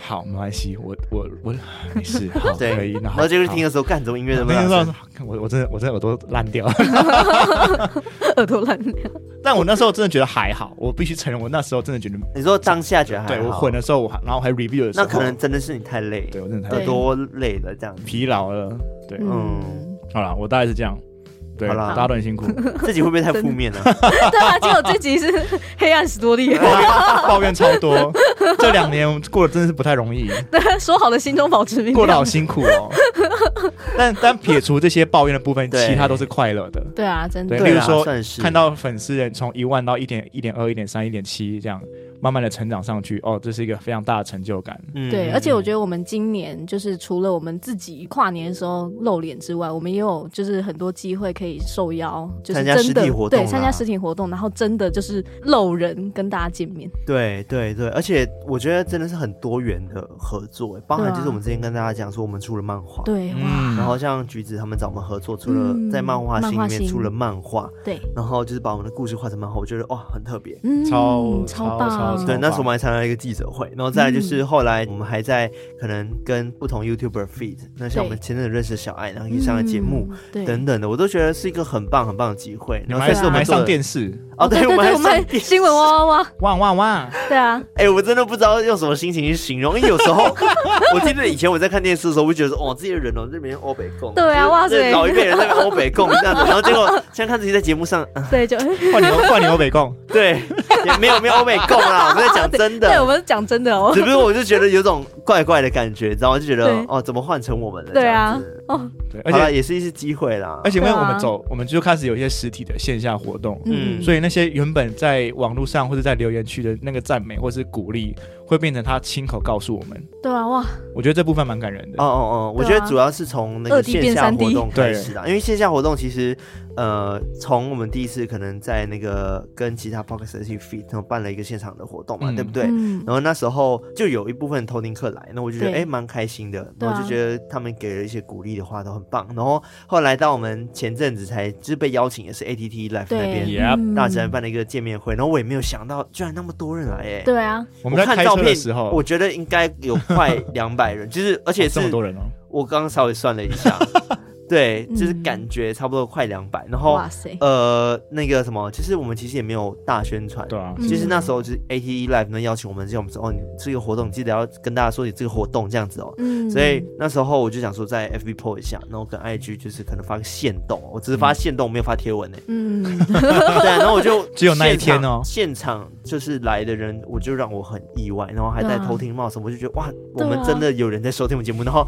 好没关系，我我我没事，好
对
可以。然
然
后
后就是
好
听的时候，干什么音乐都
我
没
那
有
时
大声。
候看我我真的我真的耳朵烂掉，
耳朵烂，
但我那时候真的觉得还好，我必须承认，我那时候真的觉得，
你说当下觉得还
对我
好
混，的时候，我还然后还 review 的时
那
候，
可能真的是你太累，
对我真的太
对
耳朵累了这样子。
疲劳了。对，
嗯，
好了，我大概是这样。对，
好啦
大家都 很辛苦，
自己会不会太
真的
负 面了？
对啊，结果这集是黑暗史多利耶，
抱怨抱怨超多。 这两年过得真的是不太容易，
说好的心中保持明
过得
亮，
好辛苦哦。但但撇除这些抱怨的部分，
对
其他都是快乐的。
对啊，真的
对，
对
例如
啦
说
算是
看到粉丝人从一万到一点一点二、一点三、一点七这样，慢慢的成长上去，哦，这是一个非常大的成就感。
嗯
对，而且我觉得我们今年就是除了我们自己跨年的时候露脸之外，我们也有就是很多机会可以受邀，就是
参加
真的
实体活动
对
啦
参加实体活动，然后真的就是露人跟大家见面。
对对对，而且我觉得真的是很多元的合作，欸包含就是我们之前跟大家讲说，我们出了漫画，
啊对，哇，
嗯
然后像橘子他们找我们合作，除了
嗯
在漫画
漫
系
画
里面
星
出了漫画，
对，
然后就是把我们的故事画成漫画，我觉得哇很特别。
嗯，
超
超
超
棒，
超
对，
超
那时候我们还参加了一个记者会，然后再来就是后来我们还在可能跟不同 YouTuber feed，那像我们前阵子认识的小爱，然后一起上了节目
嗯，对，
等等的，我都觉得是一个很棒很棒的机会。
你
然后
们还
再
是
是
我
我
们
们
还
做
上
的，
电视，
哦，
对
对，我们还
我
上
们
电
新闻哇哇哇，
哇哇哇！
对 啊，
哎、我真的不知道用什么心情去形容，因为有时候我记得以前我在看电视的时候，我就觉得哦，这些人哦，这边欧北共，
对啊哇塞
就是老一辈人在那边欧北共这样子，然后结果现在看自己在节目上，嗯
对，就
换你换你欧北贡，
对，也没有没有欧北共啦，我们在讲真
对，我
的，
们讲真的哦
只，不过我就觉得有种怪怪的感觉，然后就觉得
对
哦，怎么换成我们了？
对啊
这样子，
哦，
对，
而
而
且
且
也是一次机会啦，
而且因为
对啊
我们走，我们就开始有一些实体的线下活动，
嗯，
所以那些原本在网络上或者在留言区的那个赞美或是鼓励，会变成他亲口告诉我们。
对啊，哇，
我觉得这部分蛮感人的。
哦哦哦，我
对啊
觉得主要是从那
二
个
D
线
变
下
三 D
活动开始啦，因为线下活动其实，呃，从我们第一次可能在那个跟其他 podcast 一起 fit，然后办了一个现场的活动嘛，
嗯
对不对？
嗯，
然后那时候就有一部分偷听客来，那我就觉得
对
哎蛮开心的，
对啊
然后就觉得他们给了一些鼓励的话都很棒。然后后来到我们前阵子才就是被邀请，也是 ATT Live 那
对，
边
Yep，
嗯
大自然办了一个见面会，然后我也没有想到居然那么多人来哎、
对啊，
我们在
看
开
照
车
片
的时候，
我觉得应该有 快两百人，就是而且
这
是
么多人哦，
我刚刚稍微算了一 下，对，就是
嗯
感觉差不多快两百。然后
哇塞，
呃，那个什么，其实我们其实也没有大宣传。
对啊，
嗯
就是那时候，就是 ATE Live 呢邀请我们，就我们说哦，你这个活动记得要跟大家说你这个活动这样子哦。
嗯，
所以那时候我就想说，在 FB po 一下，然后跟 IG 就是可能发个限动，我只是
嗯
发限动，没有发贴文呢。欸
嗯。
对啊，然后我就
只有那一天哦
现场现场就是来的人，我就让我很意外，然后还
对
戴
啊
偷听帽什么，我就觉得哇，
对
我
啊
们真的有人在收听我们节目，然后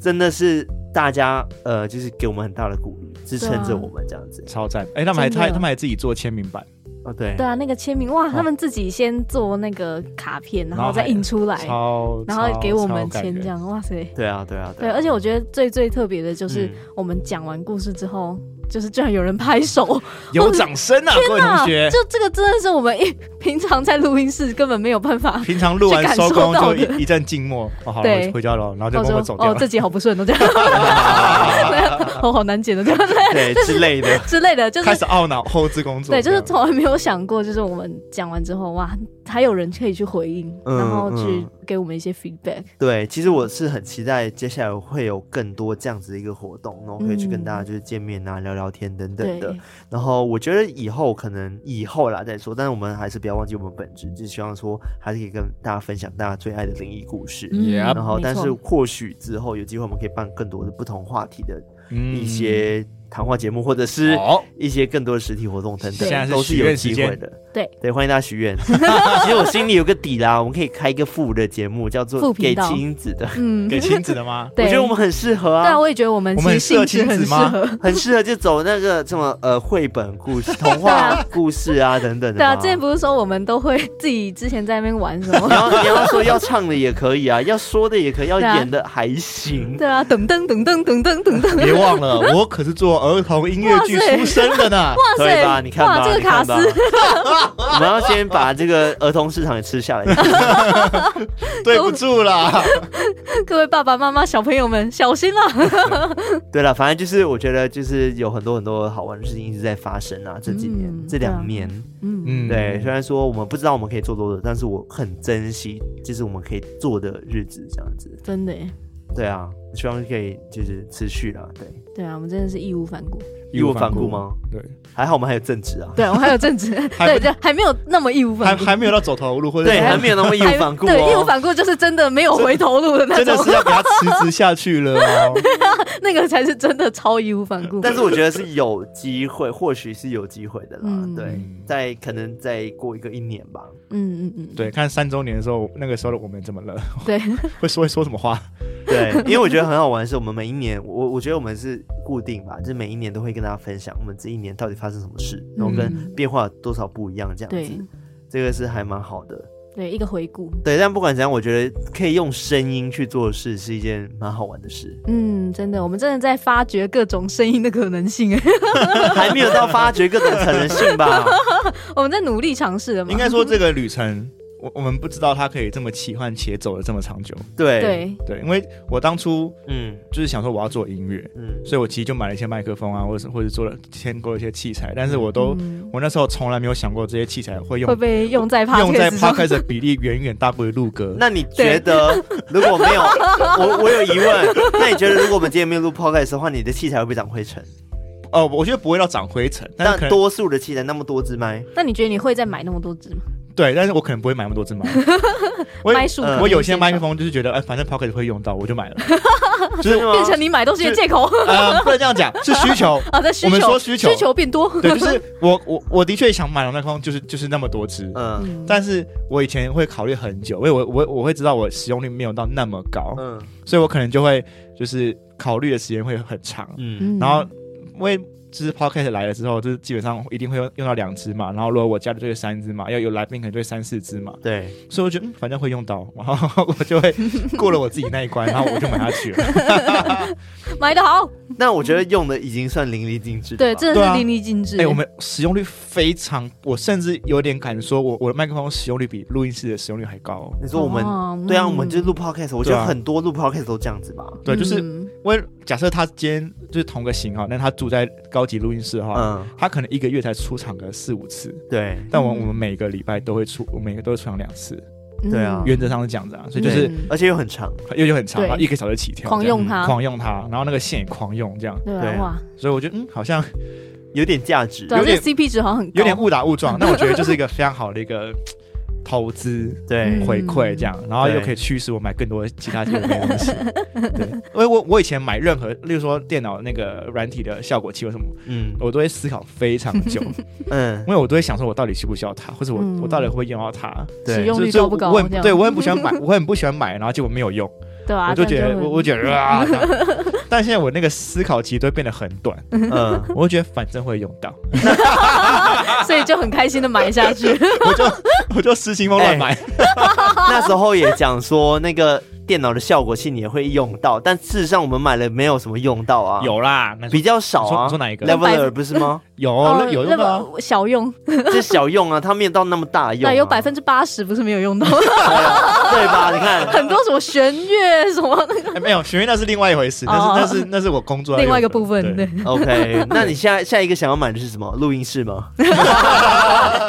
真的是大家呃，就是给我们很大的鼓励，支撑着我们这样子。
超赞！哎，他们还
真的
他他们还自己做签名版，
哦，
哎
对
对，啊，那个签名哇，他们自己先做那个卡片，然
然
后
后
再
还
印出来，
超
哎然后给我们
超感
签，
人
这样哇塞。
对啊，对啊，
对，
啊
而且我觉得最最特别的就是
嗯
我们讲完故事之后，就是居然有人拍 手，
有掌声啊，各位同学
就！这个真的是我们一平常在录音室根本没有办 法。
平常录完
去感
收
受
工
到
就
的
一一阵静默，哦，好了，
对
我回家了，然后就
我
默
说
默走掉
哦，这
了。
集好不顺哦，这样。我好难剪的，对不对？
对之类的，
之类的，就是
开始懊恼后置工作
对，
这样，
就是从来没有想过，就是我们讲完之后，哇，还有人可以去回应，
嗯
然后去
嗯
给我们一些 feedback。
对，其实我是很期待接下来会有更多这样子的一个活动，然后可以去跟大家就是见面啊、聊聊天等等的
对。，
然后我觉得以后可能以后啦再说，但是我们还是不要忘记我们本质，就是希望说还是可以跟大家分享大家最爱的灵异故事。
嗯
Yeah
然后，
没
但
错
是或许之后有机会，我们可以办更多的不同话题的
嗯
一些谈话节目，或者是
好，
一些更多的实体活动等等，
现在是
都是
许
有
愿
机
时
会
间
的。
对
对，欢迎大家许 愿。其实我心里有个底啦，我们可以开一个副的节目，叫做
副
《
频
给
道
亲子的》。
嗯，
给
对
亲子的吗？
我觉得我们很适合
对啊，
啊，
我也觉得我们
我
其
们
实性
很适
质
合亲
很
子
适
吗
合。
很适合就走那个什么呃绘本 故事、童话故事啊等等的嘛。
对啊，之前不是说我们都会自己之前在那边玩什
你
么？
要你要说要唱的也可以啊，要说的也可以，要
对啊
演的还行。
对啊，噔噔噔噔噔噔噔噔，
别忘 了，我可是做儿童音乐剧
哇塞
出身的呢。
啊哇
可以吧？
塞，
你看吧，
哇，这个
你看
卡
吧
斯，
我们要先把这个儿童市场也吃下来。
对不住啦，
各位爸爸妈妈、小朋友们小心啦！
对了，反正就是我觉得就是有很多很多好玩的事情一直在发生啊，这几年、
嗯
这两年，
嗯，
嗯，
对，虽然说我们不知道我们可以做多久，但是我很珍惜，就是我们可以做的日子这样子。
真的耶，
对啊，希望可以就是持续啦。对，
对啊，我们真的是义无反顾。
义无反顾？吗？
对，
还好我们还有正职啊。
对，我们还有正职，
还
对，就还没有那么义无
还
反顾。
还没有到走投无路，或者
对，
说
还没有那么义
还
无反顾
对，义无
哦。
反顾就是真的没有回头路的那
真的
种
是，要给他辞职下去了哦。
那个才是真的超义无反 顾。
但是我觉得是有机会，或许是有机会的啦。
嗯
对，再可能再过一个一年吧。
嗯嗯嗯，
对，看三周年的时候，那个时候的我们怎么了？
对，
会说会说什么话？
对，因为我觉得很好玩，是我们每一年，我我觉得我们是固定吧，就是每一年都会跟大家分享我们这一年到底发生什么事，然后跟
嗯
变化有多少不一样这样子，
对
这个是还蛮好的。
对，一个回顾，
对，但不管怎样，我觉得可以用声音去做事是一件蛮好玩 的事，
嗯，真的，我们真的在发掘各种声音的可能性， 哎，
还没有到发掘各种可能性吧？
我们在努力尝试的嘛。
应该说这个旅程，我我们不知道它可以这么奇幻且走的这么长久。
对，
对，
对，因为我当初
嗯
就是想说我要做音乐，
嗯，
所以我其实就买了一些麦克风啊，或者是或者做了添购一些器材，但是我都、
嗯
我那时候从来没有想过这些器材会用
会被用在 p
用
o
在
d 上
podcast 的比例远远大过于录歌。
那你觉得如果 没有我，我有疑问，那你觉得如果我们今天没有录 podcast 的话，你的器材会不会长灰尘？
哦，我觉得不会到长灰尘，但是可
但
能
多数的器材那么多支麦，
那你觉得你会再买那么多支吗？
对，但是我可能不会买那么多 支麦。我呃
麦数可能
我有些
减少
麦克风就是觉得，哎，反正 podcast 会用到，我 就买了。就是
真的吗
变成你买东西的借 口
呃，不能这样讲，是需求。
啊？在需
我们
求
说需求
需求变多，
对，就是我我我的确想买的麦克风，就是就是那么多支。
嗯
嗯
但是我以前会考虑很久，因为我我我会知道我使用率没有到那么高，
嗯
所以我可能就会就是考虑的时间会很长。
嗯。
嗯
然后因为就是 podcast 来了之后，就是基本上一定会用用到两支嘛，然后如果我加的这个三支嘛，要有来宾可能就会三四支嘛，
对，
所以我觉得、嗯、反正会用到，然后我就会过了我自己那一关，然后我就买下去了。
买的好，
那我觉得用的已经算淋漓尽致了吧。
对，真
对
的
啊
是淋漓尽致。
哎、我们使用率非常，我甚至有点敢说我，我的麦克风使用率比录音室的使用率还高哦、
你说我们、
哦
对啊，
嗯
我们就是录 podcast，我觉
对
得
啊
很多录 podcast 都这样子吧。
对，就是
嗯
因为假设他今天就是同个型号，但他住在高级录音室的话，
嗯，
他可能一个月才出场个四五次，
对，
但我、
嗯
我们每个礼拜都会出，我每个都会出场两次，
对啊
嗯
原则上是这样子啊，所以就是
嗯
而且又很长。
又就很长，
对
然后一个小时起跳，
狂用
这样
它，
狂用它，然后那个线也狂用这样，
对
对
啊，
啊
哇，
所以我觉得嗯，好 像
有点价值，
对啊，
有
这
点
个 CP 值好像很高，
有点误打 误撞，但我觉得就是一个非常好的一个投资。
对
嗯
回馈这样，然后又可以驱使我买更多其他这的 东西。对，因为我我以前买任何，例如说电脑那个软体的效果器或什么，
嗯
我都会思考非常 久，因
嗯，
为我都会想说，我到底需不需要它，或者我、
嗯
我到底会不会用到它。
使
对
用，率
所以
高不高
我很
这样
对我很不喜欢买，我很不喜欢买，然后结果没有用，
对啊，
我就觉
这样
得
会
我我觉得 啊，这样但现在我那个思考期都会变得很短，
嗯，
我就觉得反正会用到，
所以就很开心的买下去。
我就我就失心疯乱买，
哎
那时候也讲说那个电脑的效果器你也会用到，但事实上我们买了没有什么用到啊，
有啦，那
比较少
你说
啊。
你说哪一个
l e v e
百
l 不是吗？
有
哦，
有
那
用到啊，
么小用，
这小用啊，它没有到那么大用、啊，
对，有百分之八十不是没有用到，
对吧？你看，
很多什么弦乐什么
哎没有学院那是另外一回事，
哦
那是那是那是我工作 要
另外一个
用的
部分，对，，
OK，那你下下一个想要买的是什么？录音室吗？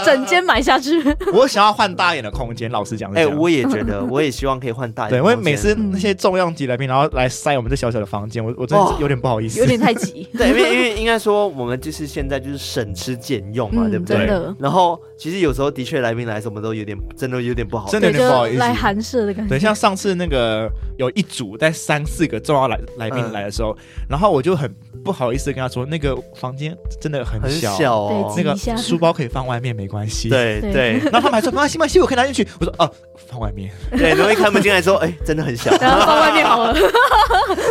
整间买下去，
我想要换大一点的空间，老实讲是这
哎、
样，
我也觉得，我也希望可以换大一点
对，因
空
为
间。
每次那些重量级来宾，然后来塞我们这小小的房间，我我真的
哇
有点不好意思，
哦有点太急
，对，因为因为应该说我们就是现在就是省吃俭用啊嘛，对不
嗯真
对？
的，
然后其实有时候的确来宾来的时候，我们都有点真的有点不好。
真的有
对，
点不好意
就
思。
来寒舍的感
对，
觉，
像上次那个有一组带三四个重要来来宾
嗯
来的时候，然后我就很不好意思地跟他说，那个房间真的很
很
小，
小哦
那
对，挤
个
一下，
书包可以放外面没关系。，
对
对
对
然后他们还说没啊关系，没关系，我可以拿进去。我说哦、放外面，
对，然后一开门进来说，哎、真的 很小，
然后放外面好了，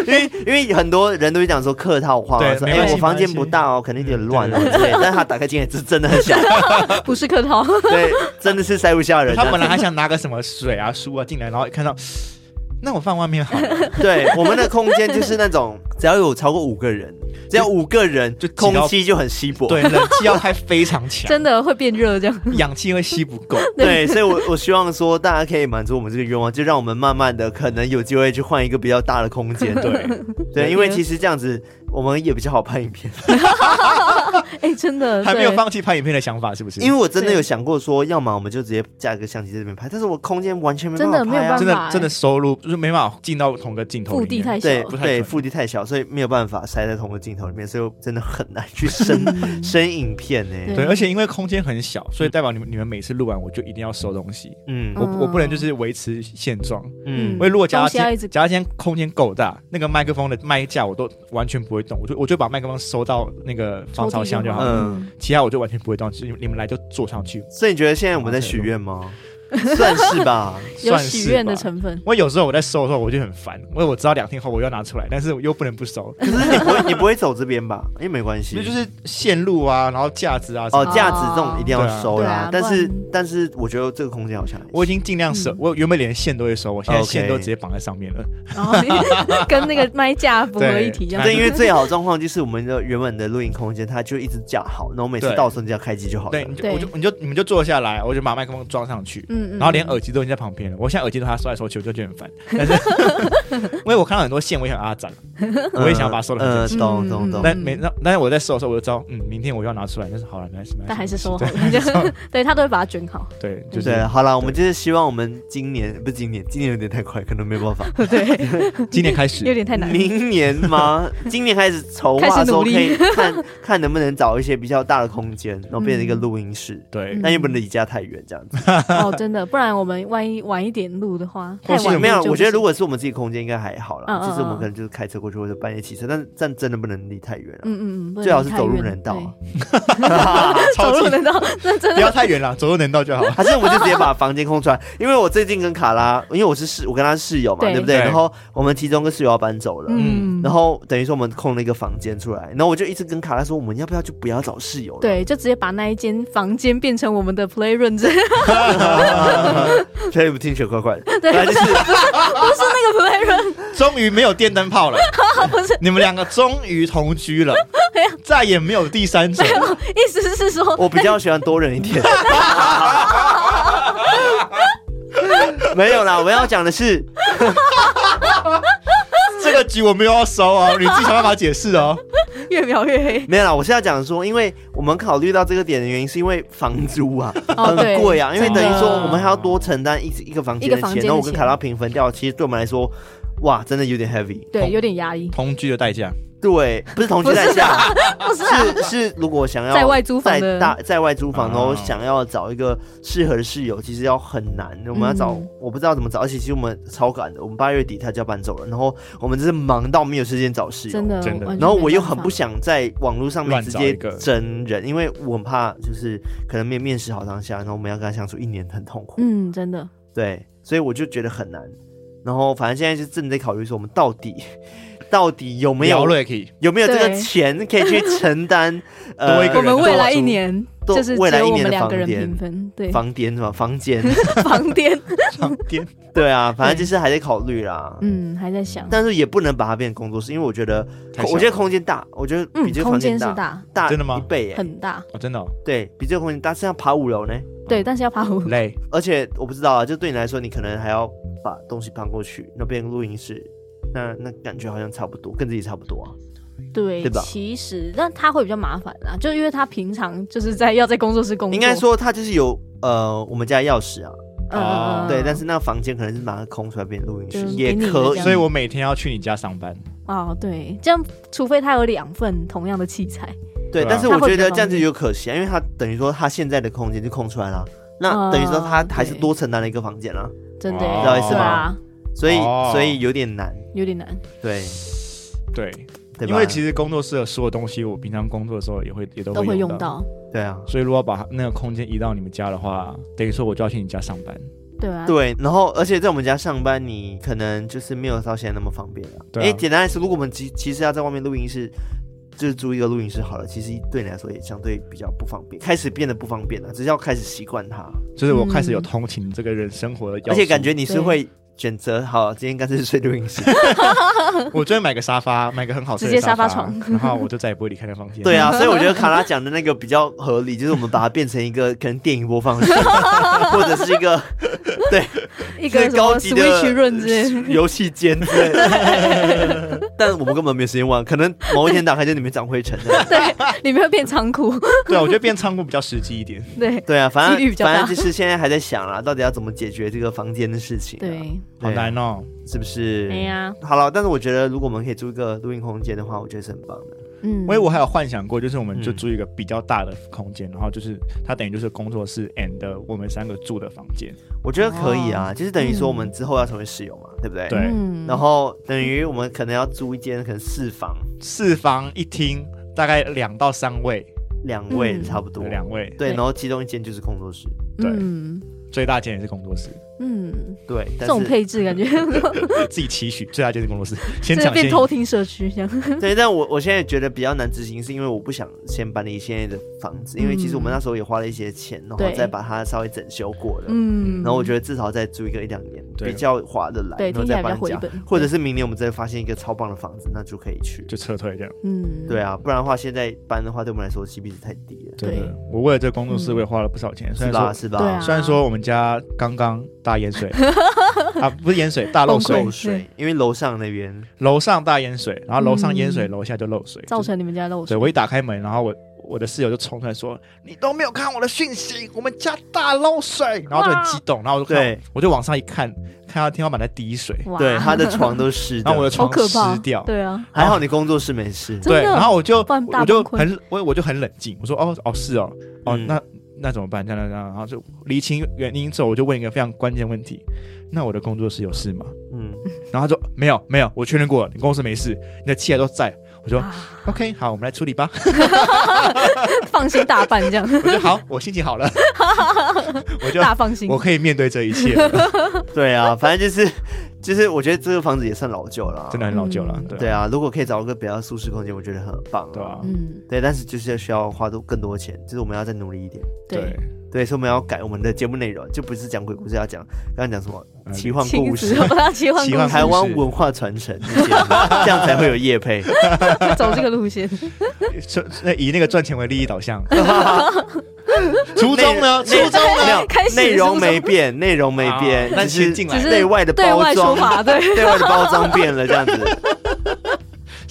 因为因为很多人都会讲说客套话嘛，
对
说
没
哎、
关系
我房间不大哦，可能有点乱哦之类的，但他打开进来是真的 很小，
不是客套，
对，真的是塞不下人啊。
他本来还想拿个什么水啊、书啊进来，然后一看到，那我放外面好了，
对，我们的空间就是那种只要有超过五个人，只要五个人，
就
就
挤到
空气就很稀薄。
对，冷气要开非常 强，
真的会变热这样，
氧气会吸不 够。
对，所以我我希望说大家可以满足我们这个愿望，就让我们慢慢的可能有机会去换一个比较大的空 间。
对，
对，因为其实这样子我们也比较好拍影片，
哎，真的，
还没有
对
放弃拍影片的想法，是不是？
因为我真的有想过说，要么我们就直接架一个相机在这边拍，但是我空间完全没办
真
法
的没有
拍啊
办。
真
法
的
欸
真的收入就是没办法进到同个镜头
腹
里
地
面。
太小
对
了，
不太
对，
准
腹肌太小，所以没有办法塞在同个镜头里面，所以我真的很难 去生生影片呢、
对
对，而且因为空间很小，所以
嗯
代表你们你们每次录完我就一定要收东西，
嗯
我我不能
嗯
就是维持现状。
嗯
因为如果假如
东西要
今
一直
假如今天空间够大，那个麦克风的麦架我都完全不会动，我就我就把麦克风收到那个防潮箱就好了，
嗯，
其他我就完全不会动，就是你们你们来就坐上去。
所以你觉得现在我们在许愿吗？算 是吧，
有
算是
许愿的
吧
成 分，
我有时候我在收的时候我就很烦，因为我知道两天后我又要拿出来，但是我又不能不收，
嗯
可是你不会，你不会走这边吧？因为没关系，
那就是线路啊，然后架子啊什么
哦，
的。
架子这种一定要收啦。
对啊
但是
不然
但是我觉得这个空间好像
我已经尽量
嗯
收，我原本连线都会收，我现在
OK
线都直接绑在上面了。
然后 跟那个麦架符合
对
一体这样，
对，因为最好的状况就是我们的原本的录音空间，它就一直架好，然后每次
对
到时候你只要开机就好了
对，。你就
对
我就你就你们就坐下来，我就把麦克风装上去，
嗯嗯
然后连耳机都已经在旁边了。我现在耳机都还收来收去，我就觉得很烦。但是 因为我看到很多线，我也很阿展，我也想要把它收的很
呃，
整齐。
懂
嗯
懂
嗯
懂。
但每那但是我在收的时候，我就知道，嗯，明天我又要拿出来，但是好了，没关系，没关系
但还是收好
对
了， 对他都会把它卷好，
对，就
对，啊
是
好啦，我们就是希望我们今年不是今年，今年有点太快，可能 没办法。
今年开
有
始，
点太难。
明年吗？ 今年开始筹划
开始努
说可
力
以看看能不能找一些比较大的空间，然后变成一个录音室。
对
嗯，
但又不能离家太远，这样子。
哦，真的，不然我们万一晚一点录的话，太
或是
晚
没有
录，就
我觉得
不
如果是我们自己空间应该还好
嗯
啦，
嗯
就是我们
嗯
可能就是开车过去或者半夜骑车，但但真的不能离太远啊
行，嗯嗯嗯，不能
最好是
太
走路
远
能到啊，
对
超
走路
近
能到，那真
不
的
要太远了，左右能到 就好。
还是我们就直接把房间空出来，因为我最近跟卡拉，因为我是室，我跟他室友嘛，
对
对不对？
对
然后我们其中一个室友要搬走了，
嗯，
然后等于说我们空了一个房间出来，然后我就一直跟卡拉说，我们要不要就不要找室友了？
对，就直接把那一间房间变成我们的 playroom，之类
所以不听雪快快的，
对
本来就是
不是那个 playroom，
终于没有电灯 泡了，你们两个终于同居了，再也没有第三者。
意思是说，
我比较喜欢多人 一点。没有啦，我要讲的是，
这个局我没有要收哦，你自己想办法解释哦。
越描越黑，
没有啦，我是要讲说，因为我们考虑到这个点的原因，是因为房租啊、
哦对
很贵啊，因为
真
等
的
于说我们还要多承担一一个房间
一个
的
房
钱，
间的
然后我跟
钱
卡拉平分掉，其实对我们来说，哇，真的有 点 heavy。
对，有点压抑，
同居的代价，
对，不是同居在下，
不是啊，
是哦是如果想要
在外租房
在
的
大在外租房，
啊
然后想要找一个适合的室友，其实要很难。我们要找
嗯，
我不知道怎么找，而且其实我们超赶的，我们八月底他就要搬走了，然后我们真是忙到没有时间找室友，
真的，
真的
完全
然后
没
我又
办
很
法
不想在网络上面
乱
直
找
接
一个
真人，因为我很怕就是可能面面试好当下，然后我们要跟他相处一年很痛苦，
嗯，真的，
对，所以我就觉得很难。然后反正现在是正在考虑说，我们到底 到底有没有
瑞克，
有没有这个
对
钱可以去承担
多一个
我
人
们未来
呃多
一
租
年
都
就是
未
只
来
有
一
我
年
们
的
两
房
个人平
间，
分，对，
房间是吧？房 间，
房间，
商店
对啊，反正就是还在考虑啦。
嗯，还在想，
但是也不能把它变成工作室，因为我觉得
太，小
我觉得空间大，我觉得比
嗯
这，个
空
房间
间是
大，
大，
大
真的吗
一倍耶，
很大，
哦，真的哦
对比这个空间大，是要爬五楼呢。
对，但是要爬五，
累，
而且我不知道啊，就对你来说，你可能还要把东西搬过去，那边录音室，那那感觉好像差不多，跟自己差不多啊。
对
对吧
其实但他会比较麻烦啊，就因为他平常就是在要在工作室工作，
应该，说它就是有呃我们家钥匙啊，
嗯嗯嗯，
对，但是那房间可能是把它空出来变录音室
就是
也
给你的
可
这
以，
样
所以我每天要去你家上班。
哦，对，这样除非他有两份同样的器材，
对，
对啊
但是我觉得这样子
它会比较方便
有可惜啊，因为它等于说它现在的空间就空出来了，那
哦
等于说它还是
对
多承担了一个房间了，
真的，
哦
知道意思吗
对啊，
所以
哦
所以有点难，
有点难，
对
对，
对吧？
因为其实工作室的所有东西，我平常工作的时候也会也都
都会
用
用。到，
对啊，
所以如果把那个空间移到你们家的话，等于说我就要去你家上班。
对啊，
对，然后而且在我们家上班，你可能就是没有到现在那么方便了。
对啊
因为简单来说，如果我们其其实要在外面录音室，就是租一个录音室好了，其实对你来说也相对比较不方便，开始变得不方便了，只是要开始习惯它，
就是我开始有通勤这个人生活的要素，
而且感觉你是
对
会选择好，今天干脆睡录音室。
我就会买个沙发，买个很好睡的
直接
沙
沙
发
发床，
然后我就再也不会离开那房间。
对啊，所以我觉得卡拉讲的那个比较合理，就是我们把它变成一个可能电影播放 室，或者是一个
一个
是
什么
高级的
Switch 润之类的，
游戏间之类的但我们根本没有时间玩，可能某一天打开就里面长灰尘 了。
对，里面会变仓库，
对啊，我觉得变仓库比较实际一点。
对
对啊，反
几率
正
比较大
反正就是现在还在想啦，到底要怎么解决这个房间的事情、啊。
对，
对
好
啊，
难哦，
是不是？
哎呀，
好了，但是我觉得如果我们可以租一个录音空间的话，我觉得是很棒的。
嗯，
因为我还有幻想过，就是我们就
嗯
租一个比较大的空间，然后就是它等于就是工作室 and 我们三个住的房间。
我觉得可以
哦
啊，就是等于说我们之后要成为室友嘛，对不对？
对
嗯
然后等于我们可能要租一间可能四房
四房一厅，大概两到三位，
两位
嗯
差不多，
两位
对，
对
然后其中一间就是工作室，
对
嗯
最大间也是工作室，
嗯，
对，
这
但
种
是
配置感觉 呃
自己期许最大间是工作室，先
这
抢先
变
赢
偷听社区这样，
对，但我我现在觉得比较难执行，是因为我不想先搬离现在的房子，因为其实我们那时候也花了一些钱，然后
嗯对
再把它稍微整修过了，
嗯，
然后我觉得至少再租一个一两年，
对
比较划得来，
对
然后
听起
再
来
搬
比较
家
回本，
或者是明年我们再发现一个超棒的房子，那就可以去。
就撤退这样。
嗯，
对啊，不然的话，现在搬的话，对我们来说 CP 值太低了，
真
对
的，我为了这个工作室，
嗯
我也花了不少钱。虽
是
然
吧？
说，
是吧？
对啊
虽然说我们家刚刚大 淹水啊，不是淹水，大漏水
对
漏
崩溃，
水，因为楼上那边，
楼上大淹水，然后楼上淹水，
嗯
楼下就漏水，
造成你们家漏
对
水，
我一打开门，然后我我的室友就冲出来说：“你都没有看我的讯息，我们家大漏水！”然后就很激动，然后我就看
对，
我就往上一看，看到天花板在滴水，
哇
对，他的床都湿
然后我的
好
的，
哦床
可怕，
湿掉。
对啊，
还好你工作室没事，
真的
对，然后我就
不然大
我就
崩溃
很我我就很冷静，我说：“哦哦是哦哦、
嗯
那那怎么办？这样这样，然后就厘清原因之后，我就问一个非常关键问题：那我的工作室有事吗？
嗯，
然后他说没有没有，我确认过了，你公司没事，你的器材都在。我说
啊
OK，好，我们来处理吧。
放心大半这样，
我说好， 我心情好了，我就
大放心
我，可以面对这一切了，
对啊，反正就是就是，我觉得这个房子也算老旧了啊，
真的很老旧了，对
对
啊，
啊，如果可以找一个比较舒适空间，我觉得很棒。
对啊，
嗯，
对，但是就是需要花多更多钱，就是我们要再努力一点。
对
对，，
对，所以我们要改我们的节目内容，就不是讲鬼故事，要讲刚刚讲什么
嗯
奇幻
亲
故
子
事，
我要奇幻
奇
故
幻
呃台湾文化传承这些，这样才会有业 配。
事走这个路线，
所那以那个赚钱为利益导向， 初衷呢，初
内
衷
没 有
开始
内容
初衷
没变，内容没变，
但
啊但是
是进来
只是
内外的
对
包
外说
装，
法，对
对外的包装变了这 样子。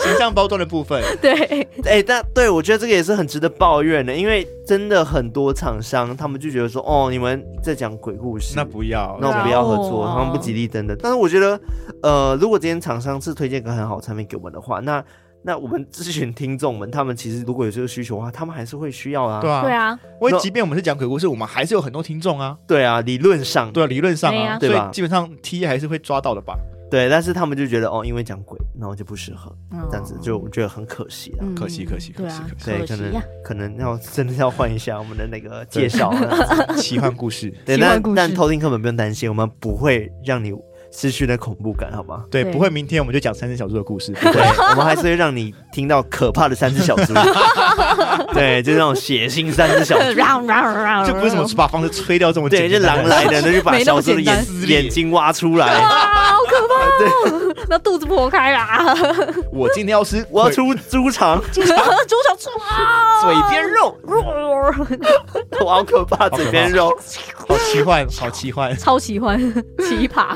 形象包装的部分，
对，
哎、但对我觉得这个也是很值得抱怨的，因为真的很多厂商他们就觉得说，哦，你们在讲鬼故事，
那不要，
那我们不要合作，
哦
他们不吉利等等。但是我觉得，呃，如果今天厂商是推荐一个很好的产品给我们的话，那那我们咨询听众们，他们其实如果有这个需求的话，他们还是会需要啊。
对
对
啊，
啊，
我即便我们是讲鬼故事，我们还是有很多听众啊，
对啊，理论上
对啊，理论上
对
啊，
啊
所
对吧
以基本上 T 还是会抓到 的吧，
对，但是他们就觉得哦，因为讲鬼，然后就不适合，这样子
嗯
就我觉得很可惜啦。
嗯
可惜可惜
对啊
可惜，可
对，可
惜
能
呀，
可能要真的要换一下我们的那个 介绍。这样子啊
奇幻故事。
对，
奇幻
但
故事
但偷听课本不用担心，我们不会让你失去那恐怖感，好吗？
对，
对
不会明天我们就讲三只小猪 的故事，不会
对，我们还是会让你听到可怕的三只小猪，对，就是那种血腥三只小 猪，
嚷嚷嚷
就不是什么把房子吹掉这么
对，
简
就
单
狼来的，那就把
没那
小
么
猪的
简单
眼眼睛挖出来，
啊，好可怕、哦！那肚子破开啊啦，
我今天要吃，
我要出猪肠，
猪 肠出啊，
嘴边肉，哇好可怕，
可怕
嘴边肉。
好奇 幻，好奇幻。
超喜欢奇葩，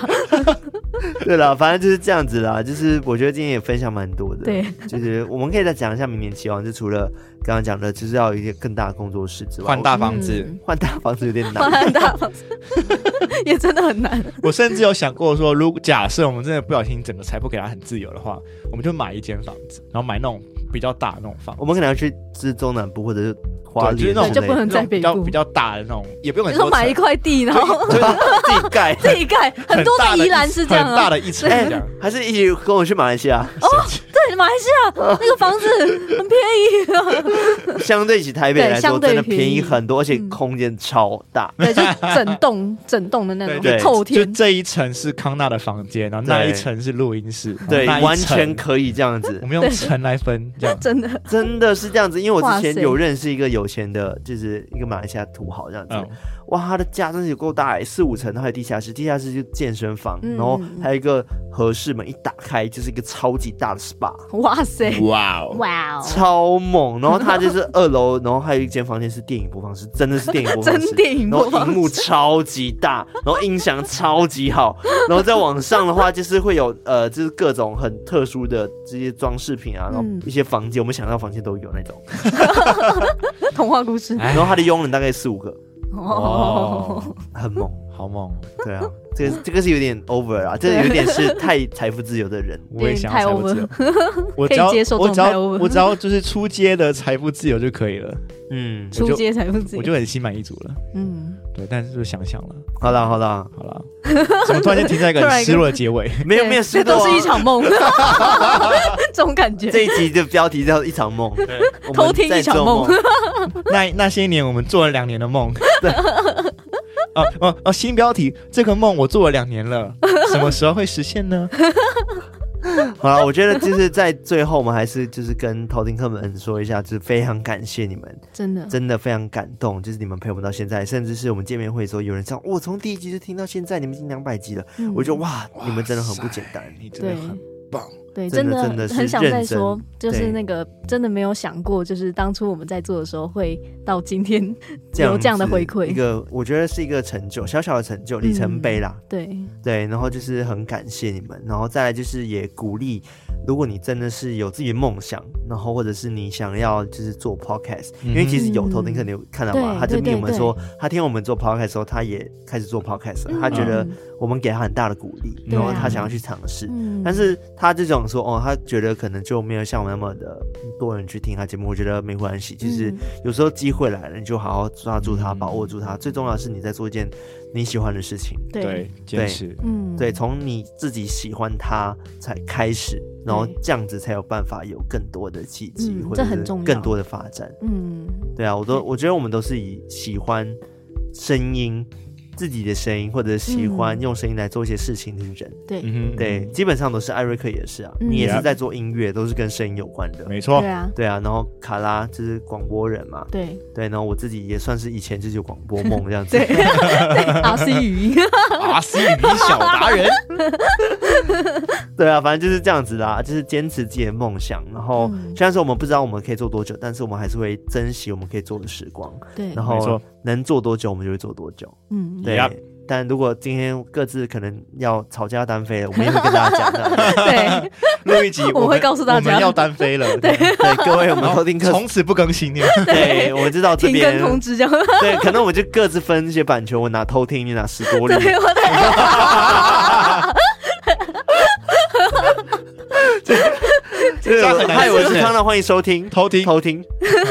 对了，反正就是这样子啦，就是我觉得今天也分享蛮多的，
对，
就是我们可以再讲一下明年期望，就除了刚刚讲的，就是要有一些更大的工作室之外，
换大房子，
嗯
换大房子有点
放，
难
在大房子 也真的很难。
我甚至有想过说，如果假设我们真的不小心整个财富给他很自由的话，我们就买一间房子，然后买那种比较大的那种房子，
我们可能要去至中南部或者是花
对就是
莲之
那
类的，
种
对就不能在北
比
部
较比较大的那种，也不用
你
很
说
多
买一
层，
块地，然后。
就是自己盖
自己盖， 很多
大
在
的
宜
一
兰是这样
很大
啊。哦
的一层
哎
这样。，
还是一起跟我去马来西亚，
对，马来西亚那个房子很便宜啊。
相对起台北
对
来说，
相对
真的便宜
便宜
很多，而且
嗯
空间超大。
对，
嗯
就整栋整栋的那
对
种
对
透
就
哦天，
这一层是康纳的房间，然后那
对
一层是录音室，
对，
然后那
完
一层
全可以这样子
我，们用层来分，这样
真的
真的是这样子。因为我之前
哇塞
有认识一个有钱的，就是一个马来西亚土豪这样子
嗯，，
哇，他的家真是有够大欸，四五层，然后还有地下室，地下室就健身房，
嗯
然后
嗯嗯
还有一个合适门，一打开就是一个超级大的 SPA，
哇塞，
哇哦，
哇哦，
超猛。然后他就是二楼，然后还有一间房间是电影播放室，真的是电影播放室，
真电影
然
播
后
放
荧幕超级大， 然后音响超级好，然后再往上的话就是会有呃，就是各种很特殊的这些装饰品啊，然后
嗯
一些房间，我们想到房间都有那种。
童话故事
哎
然后他的佣人大概四五个，
哦，
哦，
很 猛。
好猛哦，
对啊，这个这个是有点 over 啊，这个有点是 太财富自由的人。
我也想要
太
财富自由， 我只要
可以接受这
我
种
只
太
要
over
我只要就是出街的财富自由就可以了，
嗯，
我
出
就
街才不自由
我 就。很心满意足了。
嗯，
对，但是就想想了，
好啦好啦，
好了，怎么突然间停在一个
突然
很
一个
失落的 结尾？
没有
对
没有
这
事的、
都是一场梦， 这种感觉。
这一集的标题叫一场梦，我们
偷听一场梦
在做
那那些年我们做了两年的 梦，对。哦哦哦！新标题：这个梦我做了两年了，什么时候会实现呢？
好了，我觉得就是在最后，我们还是就是跟偷听客们说一下，就是非常感谢你们，
真的，
真的非常感动，就是你们陪我们到现在，甚至是我们见面会的时候，有人讲我从第一集就听到现在，你们已经两百集了，
嗯
我觉得哇，你们真的很不简单。
你真的
对
很棒。
对，
真
真
的真的是
很想再说，
真
就是
对
那个真的没有想过，就是当初我们在做的时候会到今天
这样
有这样的
子
回馈
一个我觉得是一个成就，小小的成就，里程碑啦。
对，
对，然后就是很感谢你们，然后再来就是也鼓励，如果你真的是有自己的梦想，然后或者是你想要就是做 podcast，、因为其实有
嗯
头你可能有看到嘛，
对
他就
对
听
对
我们说，他听我们做 podcast 的时候，他也开始做 podcast，了、他觉得
嗯
我们给他很大的鼓励，
对
然后
啊
他想要去尝试。
嗯
但是他这种说哦，他觉得可能就没有像我那么的多人去听他节目，我觉得没关系。就是
嗯
有时候机会来了，你就好好抓住它，
嗯
把握住它。最重要的是你在做一件你喜欢的事情，
对，
对，坚持。
嗯
对，从你自己喜欢它才开始，然后
对
这样子才有办法有更多的契机，
嗯
或者
这很
是
重要
更多的发展。
嗯，
对啊，我都我觉得我们都是以喜欢声音。自己的声音，或者喜欢
嗯
用声音来做一些事情的人，
对，
嗯哼，
对，基本上都是艾瑞克也是啊，
嗯
你也是
Yep
在做音乐，都是跟声音有关的。
没错
对。啊，
对啊，然后卡拉就是广播人嘛，
对
对，然后我自己也算是以前就是有广播梦这样子
对，对，RC 语音，
R C 语小达人，
对啊，反正就是这样子啦，就是坚持自己的梦想。然后
嗯
虽然说我们不知道我们可以做多久，但是我们还是会珍惜我们可以做的时光，
对
然，
没
后
错
能做多久我们就会做多久。
嗯，
对
Yup
但如果今天各自可能要吵架单飞了，我们也会跟大家 讲的。
对，
录一集
我
们
会告诉大家
我们要单飞 了。对，
对各位，我们偷听客
从，此不更新了。
对， 我们知道这
停
边
更通知这样，
对，可能我们就各自分一些版权，我拿偷听，你拿史多利，
对，我在
对
这样很难
嗨，我
是不
是
是
康乐，欢迎收听
偷听，
偷听。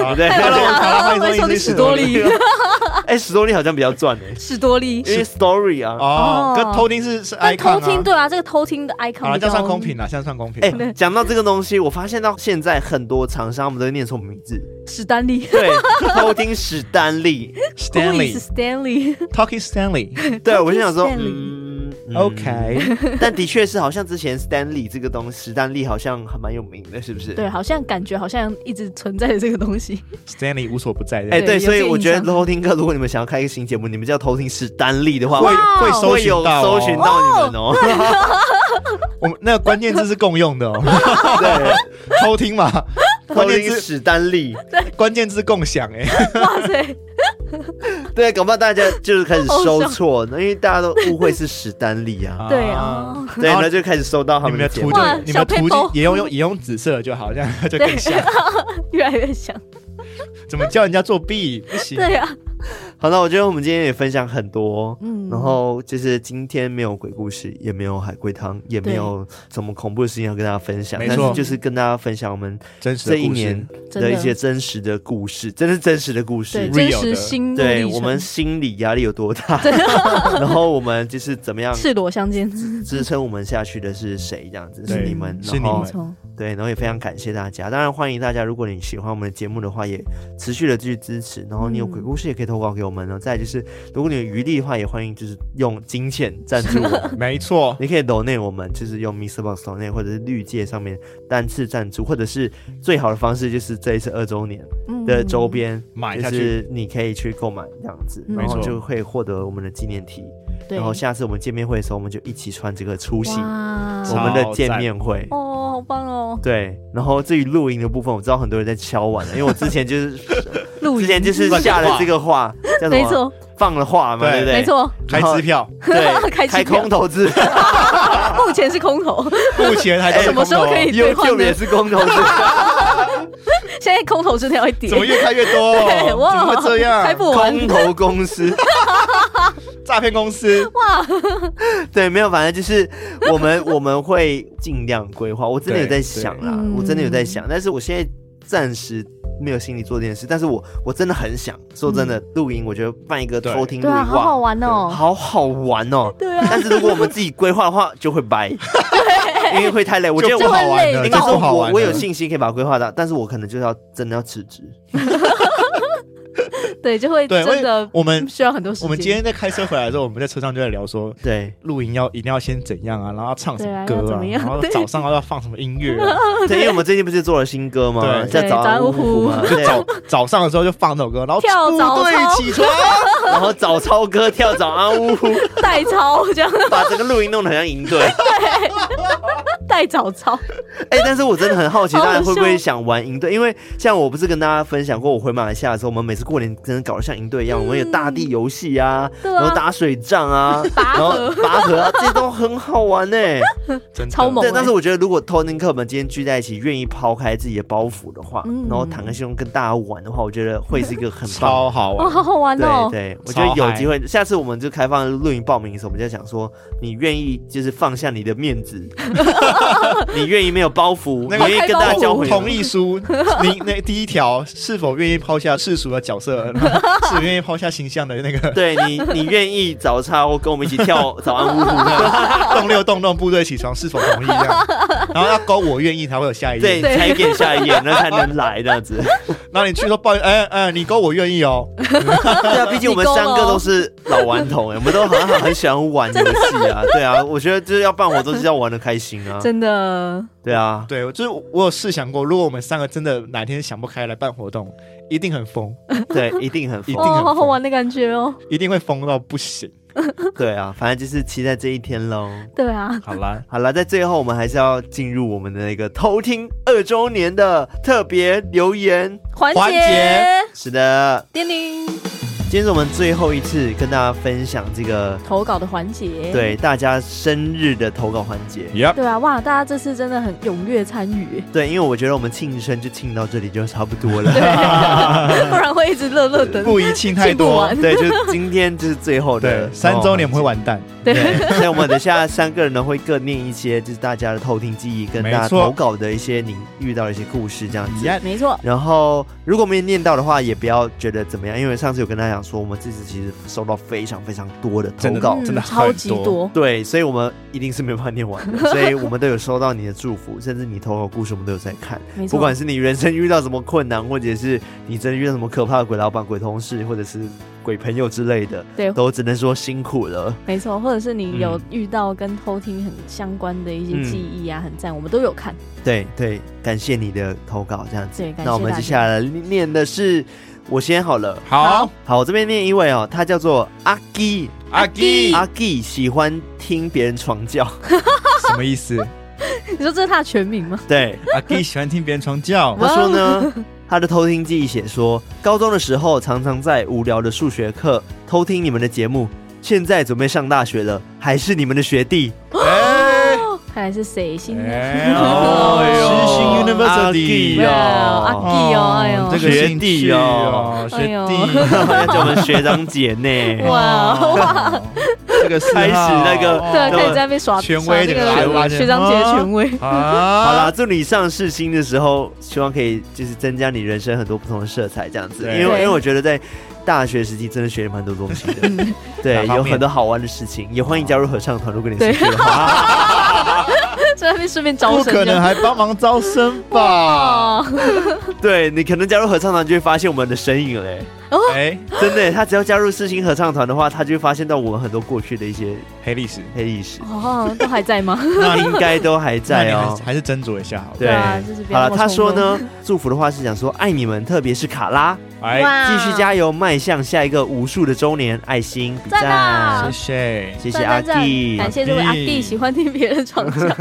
好
对
Hello，欢迎收听
收听史多利，
哎，史多利好像比较赚哎，
史多 利，
因为 story 啊，
哦
哦，
跟偷听是是
但
icon
偷
啊
听，对啊，这个偷听的 icon
好了，
比较
这样算公平了，这样算公平。
哎、讲到这个东西，我发现到现在很多厂商他们都会念错名字，
史丹利
对，偷听史丹利，
，Who is Stanley？
Stanley，Talking Stanley，
对我就想说，
Stanley
嗯 嗯
OK，
但的确是，好像之前 Stanley 这个东西，史丹利好像还蛮有名的，是不是？
对，好像感觉好像一直存在着这个东西。
Stanley 无所不在
哎、
对
的，
对，
有
所以
这个
我
印
觉得
象
偷听课，如果你们想要开一个新节目，你们就要偷听史丹利的话，
会
会
哇
会
哦
搜
会
寻
有
到
搜寻
哦，
到你们哦。
我们那个关键字是共用 的哦，
对，
偷听嘛，
偷
关键
听
字
史丹利，
关键字共享哎，
哇塞，
对，搞不好大家就是开始
好
收
笑
错，因为大家都误会是史丹利 啊。
对啊，
对，
然
然
后
后就开始收到他
啊你
们
们的
节
图
目
就
哇
你们
小
的图
paper
就也用用也用紫色就好，这样 就更像。
越来越像。
怎么叫人家作弊？不行。
对啊，
好了，我觉得我们今天也分享很多，
嗯
然后就是今天没有鬼故事，也没有海龟汤，也没有什么恐怖的事情要跟大家分享，
没
但
错
是就是跟大家分享我们
真实
这
的
一
故事
年
真
的
的
一些真实的故事，真是真实的故
对，
事。
真
real
实
的
心路
对
历
我
程
们心理压力有 多大，然后我们就是怎么样
赤裸相见，
支撑我们下去的是谁？这样子是
对
你们，
是
然后
你
没
们
错，
对，然后也非常感谢大家。当然欢迎大家，如果你喜欢我们的节目的话，也持续的继续支持。然后你有
嗯
鬼故事也可以投稿给我们哦。再来就是，如果你有余力的话，也欢迎就是用金钱赞助我 们。
没错，
你可以 donate 我们，就是用 Mr. Box donate，或者是绿界上面单次赞助，或者是最好的方式就是这一次二周年
嗯
的周边，
买
就
下去
是你可以去购买这样子，
嗯
然后
没错
就会获得我们的纪念 T。
对
然后下次我们见面会的时候，我们就一起穿这个出席
哇
我们的见面会。
哦，好棒哦，
对，然后至于露营的部分，我知道很多人在敲碗了，因为我之前就是
露
之
营
前就是下了这个话，叫什么
没错，
放了话嘛，对
对
不对？
没，错，
开支票，
对，
开支
开
票
空头支，
目前是空头，
目前还都
哎
是
什么时候
空头
可以兑换
YouTube
呢
也？是空头支。
现在空头真的要跌
怎，么越开越多？哦
对
怎
哇
么会这
开
样？
不完，
空投公司，
诈骗公司
对，没有，反正就是我们 我们会尽量规划。我真的有在想啦
对，对
我真的有在想，但是我现在暂时没有心理做这件事，但是我我真的很想，说真的，露营，我觉得办一个
对
偷听露
嗯对
营
啊，好好
哇，
玩哦，
好好玩哦。
对啊，
但是如果我们自己规划的话，就会掰，因为会太累。我觉得
就
我
不好玩
就会累
了，
应
就
该说
不好玩
我
了。
我有信心可以把它规划到，但是我可能就是要真的要辞职。
对，就会
对，
真
因为
的
我们
需要很多时间。
我们今天在开车回来的时候，我们在车上就在聊说。
对
露营要一定要先怎样啊，然后要唱什么
对啊要
歌
怎
啊，
么样
然后
对
早上要放什么音乐、 啊，
对，因为我们最近不是做了新歌吗？
对
叫
对
早
早
安
安
五
五
虎
虎
嘛，
就
对
早早上的时候就放这首歌，然后
跳
部
早
队
操
起床，
然后早操歌跳早安呜，
代操这样，
把整个露营弄得很像营队。
代早操，
哎、但是我真的很好奇，
好
大家
好
会不会
笑
想玩营队？因为像我不是跟大家分享过，我回马来西亚的时候，我们每次过年真的搞得像营队一样，我们有大地游戏啊，
嗯对
然后
啊，
打水仗啊，
拔
然后
河
拔河啊，这都很好玩呢、
真的
超 猛
对，
欸
但是我觉得如果偷听课们今天聚在一起，愿意抛开自己的包袱的话，
嗯
然后敞开心胸跟大家玩的话，我觉得会是一个很棒
超好玩
哦，。好好玩
对
哦，
对，我觉
超
得有
嗨
机会，下次我们就开放录影报名的时候，我们就想说，你愿意就是放下你的 面子，你愿意没有包袱，
那个
你愿意跟大家交
同
回
同意书，你那第一条是否愿意抛下世俗的角色，是否愿意抛下形象的那个
对你，你愿意早操跟我们一起 跳早安舞舞？
动六动动部队起床是否同 意这样？然后要勾我愿意才会有下一
对，
页。
对
才点下一页，那才能来这 样子。
然后你去说抱怨，哎哎，你勾我愿意哦，
对啊，毕竟我们
你够
三
了哦
个都是老顽童哎，我们都很很喜欢玩游戏啊。对啊，我觉得就是要办活动就是要玩的开心啊。
真的，
对啊，
对，就是我有试想过，如果我们三个真的哪天想不开来办活动，一定很疯，
对，一定很疯
一定
哦，
很
好好
疯
玩的感觉哦，
一定会疯到不行。
对啊，反正就是期待这一天喽。
对啊，
好啦，
好了，在最后我们还是要进入我们的那个偷听二周年的特别留言。
环
环节
节，
是的，
叮铃，
今天是我们最后一次跟大家分享这个
投稿的环节，。
哎
对大家生日的投稿环节。
Yep，
对啊，哇，大家这次真的很踊跃参与，
对，因为我觉得我们庆生就庆到这里就差不多 了。
不然会一直乐乐等。
不宜亲太
进 不
多
完，
对，就是今天就是最后
对
的，哦
三周年我们会。完蛋。
对
对，，
所以我们等下三个人呢会各念一些，就是大家的偷听记忆，跟大家
没错
投稿的一些你遇到的一些故事这样子。
Yep
没错，
然后如果没有念到的话，也不要觉得怎么样，因为上次有跟大家讲享说，我们这次其实收到非常非常多的投
真的
稿，
真的
嗯超
很
级
多
多，
对，所以我们一定是没有办法念完 的，所以我们都有收到你的祝福，甚至你投稿故事我们都有在看。
没错
不管是你人生遇到什么困难，或者是你真的遇到什么可怕的鬼老板、鬼同事，或者是鬼朋友之类的，
对
都只能说辛苦了。
没错，或者是你有
嗯
遇到跟偷听很相关的一些记忆啊，很赞，我们都有看。
对对，感谢你的投稿，这样子。
对，感谢
那我们
大
接
家
下来念的是我先好了，
好，
好，我这边念一位哦，他叫做阿基，
阿基
阿基喜欢听别人床 叫，
啊什么意思？
你说这是他的全名吗？
对。
阿基喜欢听别人 床叫
他说
哦
呢，他的偷听记忆写说，高中的时候常常在无聊的数学课偷听你们的节目，现在准备上大学了，还是你们的学弟。
哎
哦看来是谁心呢？
哎
哦
哦，
呦
实习 University
哎呦
阿
啊
弟哦，哎呦，
这个
学
兴
弟
趣
哦
哦，
哎
学
呦
弟，
要叫我们学长姐 呢。
哇哦
哇，这个
开始那个
对，啊
那
可以
么
在那边耍
哎权
耍
威
这
的哦
个
来了
学长姐的权威。
好
好
啦，，祝你上世新的时候，希望可以就是增加你人生很多不同的色彩，这样子。因
对
为因为
对
我觉得在大学时期真的学了蛮多东西的， 对，
哪方
有
面
很多好玩的事情。也欢迎加入合唱团，如果你有兴趣的话。
在那边顺便招
不
生，
可能啊还帮忙招生吧？
哦，
对你可能加入合唱团就会发现我们的身影嘞。
哎，
真的，他只要加入四星合唱团的话，他就会发现到我们很多过去的一些
黑历史，
黑历史，
哦，都还在吗？
那应该都还 在
那你
哦
还。还是斟酌一下好了。
对
啊就是不要
好
那
了，
么
他
冲
说呢，祝福的话是想说爱你们，特别是卡拉，
哎，
哇
继续加油，迈向下一个无数的周年，爱心比
赞啊
赞
谢，
谢
谢。
谢
赞
阿
赞赞
弟。
感谢这位阿
阿
弟
弟
喜欢听别人床叫。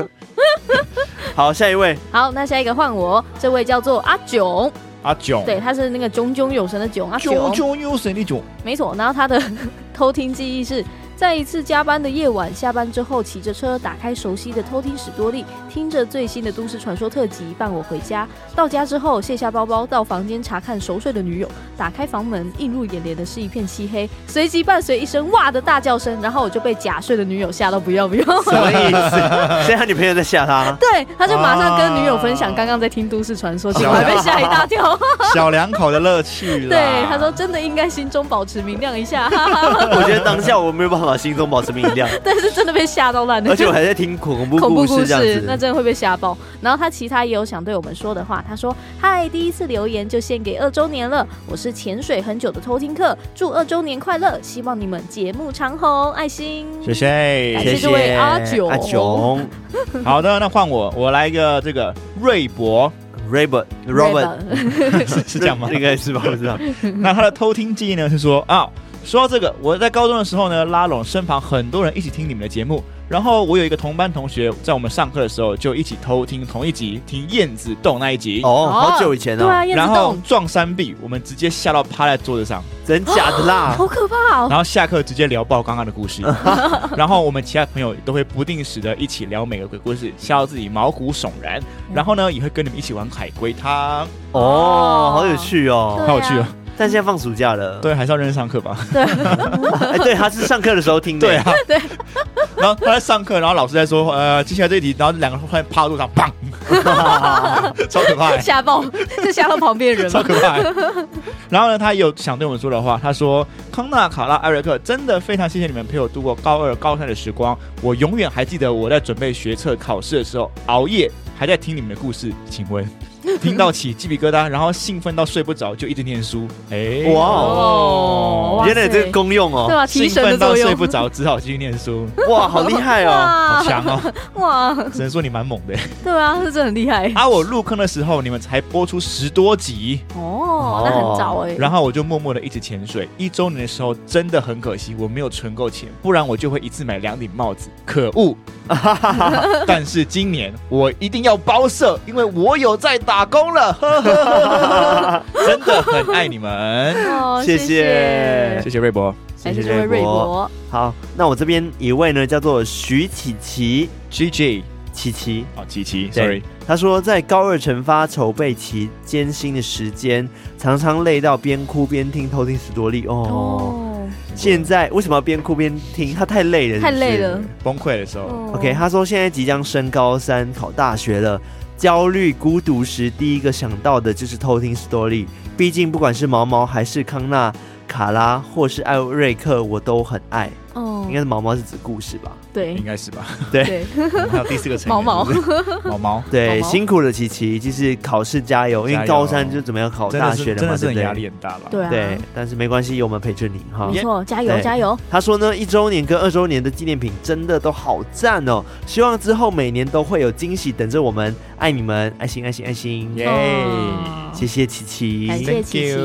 好，下一 位，
好，那下一个换我，这位叫做阿囧，
阿囧，
对，，他是那个炯炯有神的囧，阿
炯
囧，
炯有神的囧，
没错。然后他的 偷听记忆是。在一次加班的夜晚，下班之后骑着车，打开熟悉的偷听史多利，听着最新的都市传说特辑，伴我回家。到家之后，卸下包包，到房间查看熟睡的女友。打开房门，映入眼帘的是一片漆黑，随即伴随一声“哇”的大叫声，然后我就被假睡的女友吓到不要不要。
什么意思？现在女朋友在吓 他，
对，他就马上跟女友分享刚刚在听都市传说，
啊
结果还 被吓一大跳。
小两口的乐趣啦。
对，他说真的应该心中保持明亮一下，哈哈哈
我觉得当下我没有办法心中保持明 亮，
但是真的被吓到烂了。
而且我还在听恐怖
恐怖
故
故
事这样
事，那
子。
真的会被吓爆。然后他其他也有想对我们说的话，他说：“嗨，第一次留言就献给二周年了，我是潜水很久的偷听客，祝二周年快乐，希望你们节目长红，爱心。”
谢谢，
感谢这位阿九
阿囧
好的，那换我，我来一个这个瑞博，
，Robert Robert
是是这样吗？
应该是吧，我不知 道。
嗯
那他的偷听记忆呢是说啊，说到这个，我在高中的时候呢，拉拢身旁很多人一起听你们的节目，然后我有一个同班同学，在我们上课的时候就一起偷听同一集，听燕子洞那一集。
哦，好久以前
对
哦
啊，，燕
然
子
后
洞
撞山壁，我们直接吓到趴在桌子上，
哦
真假的啦，
好可怕哦，
然后下课直接聊爆刚刚的 故事，然后我们其他朋友都会不定时的一起聊每个鬼故事，吓到自己毛骨悚然。
嗯
然后呢，也会跟你们一起玩海龟汤，
哦，好有趣哦。
对啊
好有趣哦。
但现在放暑假了，
对，还是要认真上课吧。
哎，对，他是上课的时候听的，
对啊，对。然后他在上课，然后老师在说，呃，接下来这一题，然后两个人突然趴到桌上， 砰，超可怕、
啊
欸，
吓爆，是吓到旁边的人
超
吗？
可怕、欸。然后呢，他也有想对我们说的话，他说：“康纳、卡拉、艾瑞克，真的非常谢谢你们陪我度过高二、高三的时光。我永远还记得我在准备学测考试的时候熬夜，还在听你们的故事。请 问，听到起鸡皮疙瘩，然后兴奋到睡不着，就一直念书。哎、
哇
哦哇塞
原来有这个功用
对
哦，
吧？提
哎兴
神的
奋到
作
睡
用。
不着，只好继续念书。
哇，好厉害哦。
好
哇
强哦！
哇，
只能说你蛮猛的。
对啊，这真的很厉害
啊，我入坑的时候，你们才播出十多集，
哦，那很早哎。
然后我就默默的一直潜水。一周年的时候，真的很可惜，我没有存够钱，不然我就会一次买两顶帽子，可恶！但是今年我一定要包色，因为我有在打工了，呵呵呵呵真的很爱你们。
哦，
谢
谢
谢
谢谢瑞博，
感谢这位瑞博，
好，那我这边一位呢，叫做徐启琪，
G G
琪琪，
哦，琪琪
对
，sorry，
他说在高二惩发筹备期艰辛的时间，常常累到边哭边听偷听史多利哦。
哦，
现在为什么要边哭边听？他太累了是不
太
是，
累了。
崩溃的时候，
哦
OK，他说现在即将升高三考大学了，焦虑、孤独时，第一个想到的就是偷听 story。毕竟不管是毛毛还是康纳、卡拉或是艾瑞克，我都很爱。
哦
应该是毛毛是指故事吧？
应
对
该是吧？
对，
还有第四个成员
毛毛
是不是毛毛，
对，
毛毛
辛苦了琪琪，就是考试加油，因
加
为
油
高三就准备要考
真的
大
是
学了
真
嘛，
的是
对
很
不对？
压力很大了。
对啊
对，但是没关系，有我们陪着你哈。
嗯
没错，加油
对
加油，
他说呢，一周年跟二周年的纪念品真的都好赞哦，希望之后每年都会有惊喜等着我们，爱你们，爱心爱心爱心，耶、
哎
哦
谢谢琪琪，
感谢琪琪。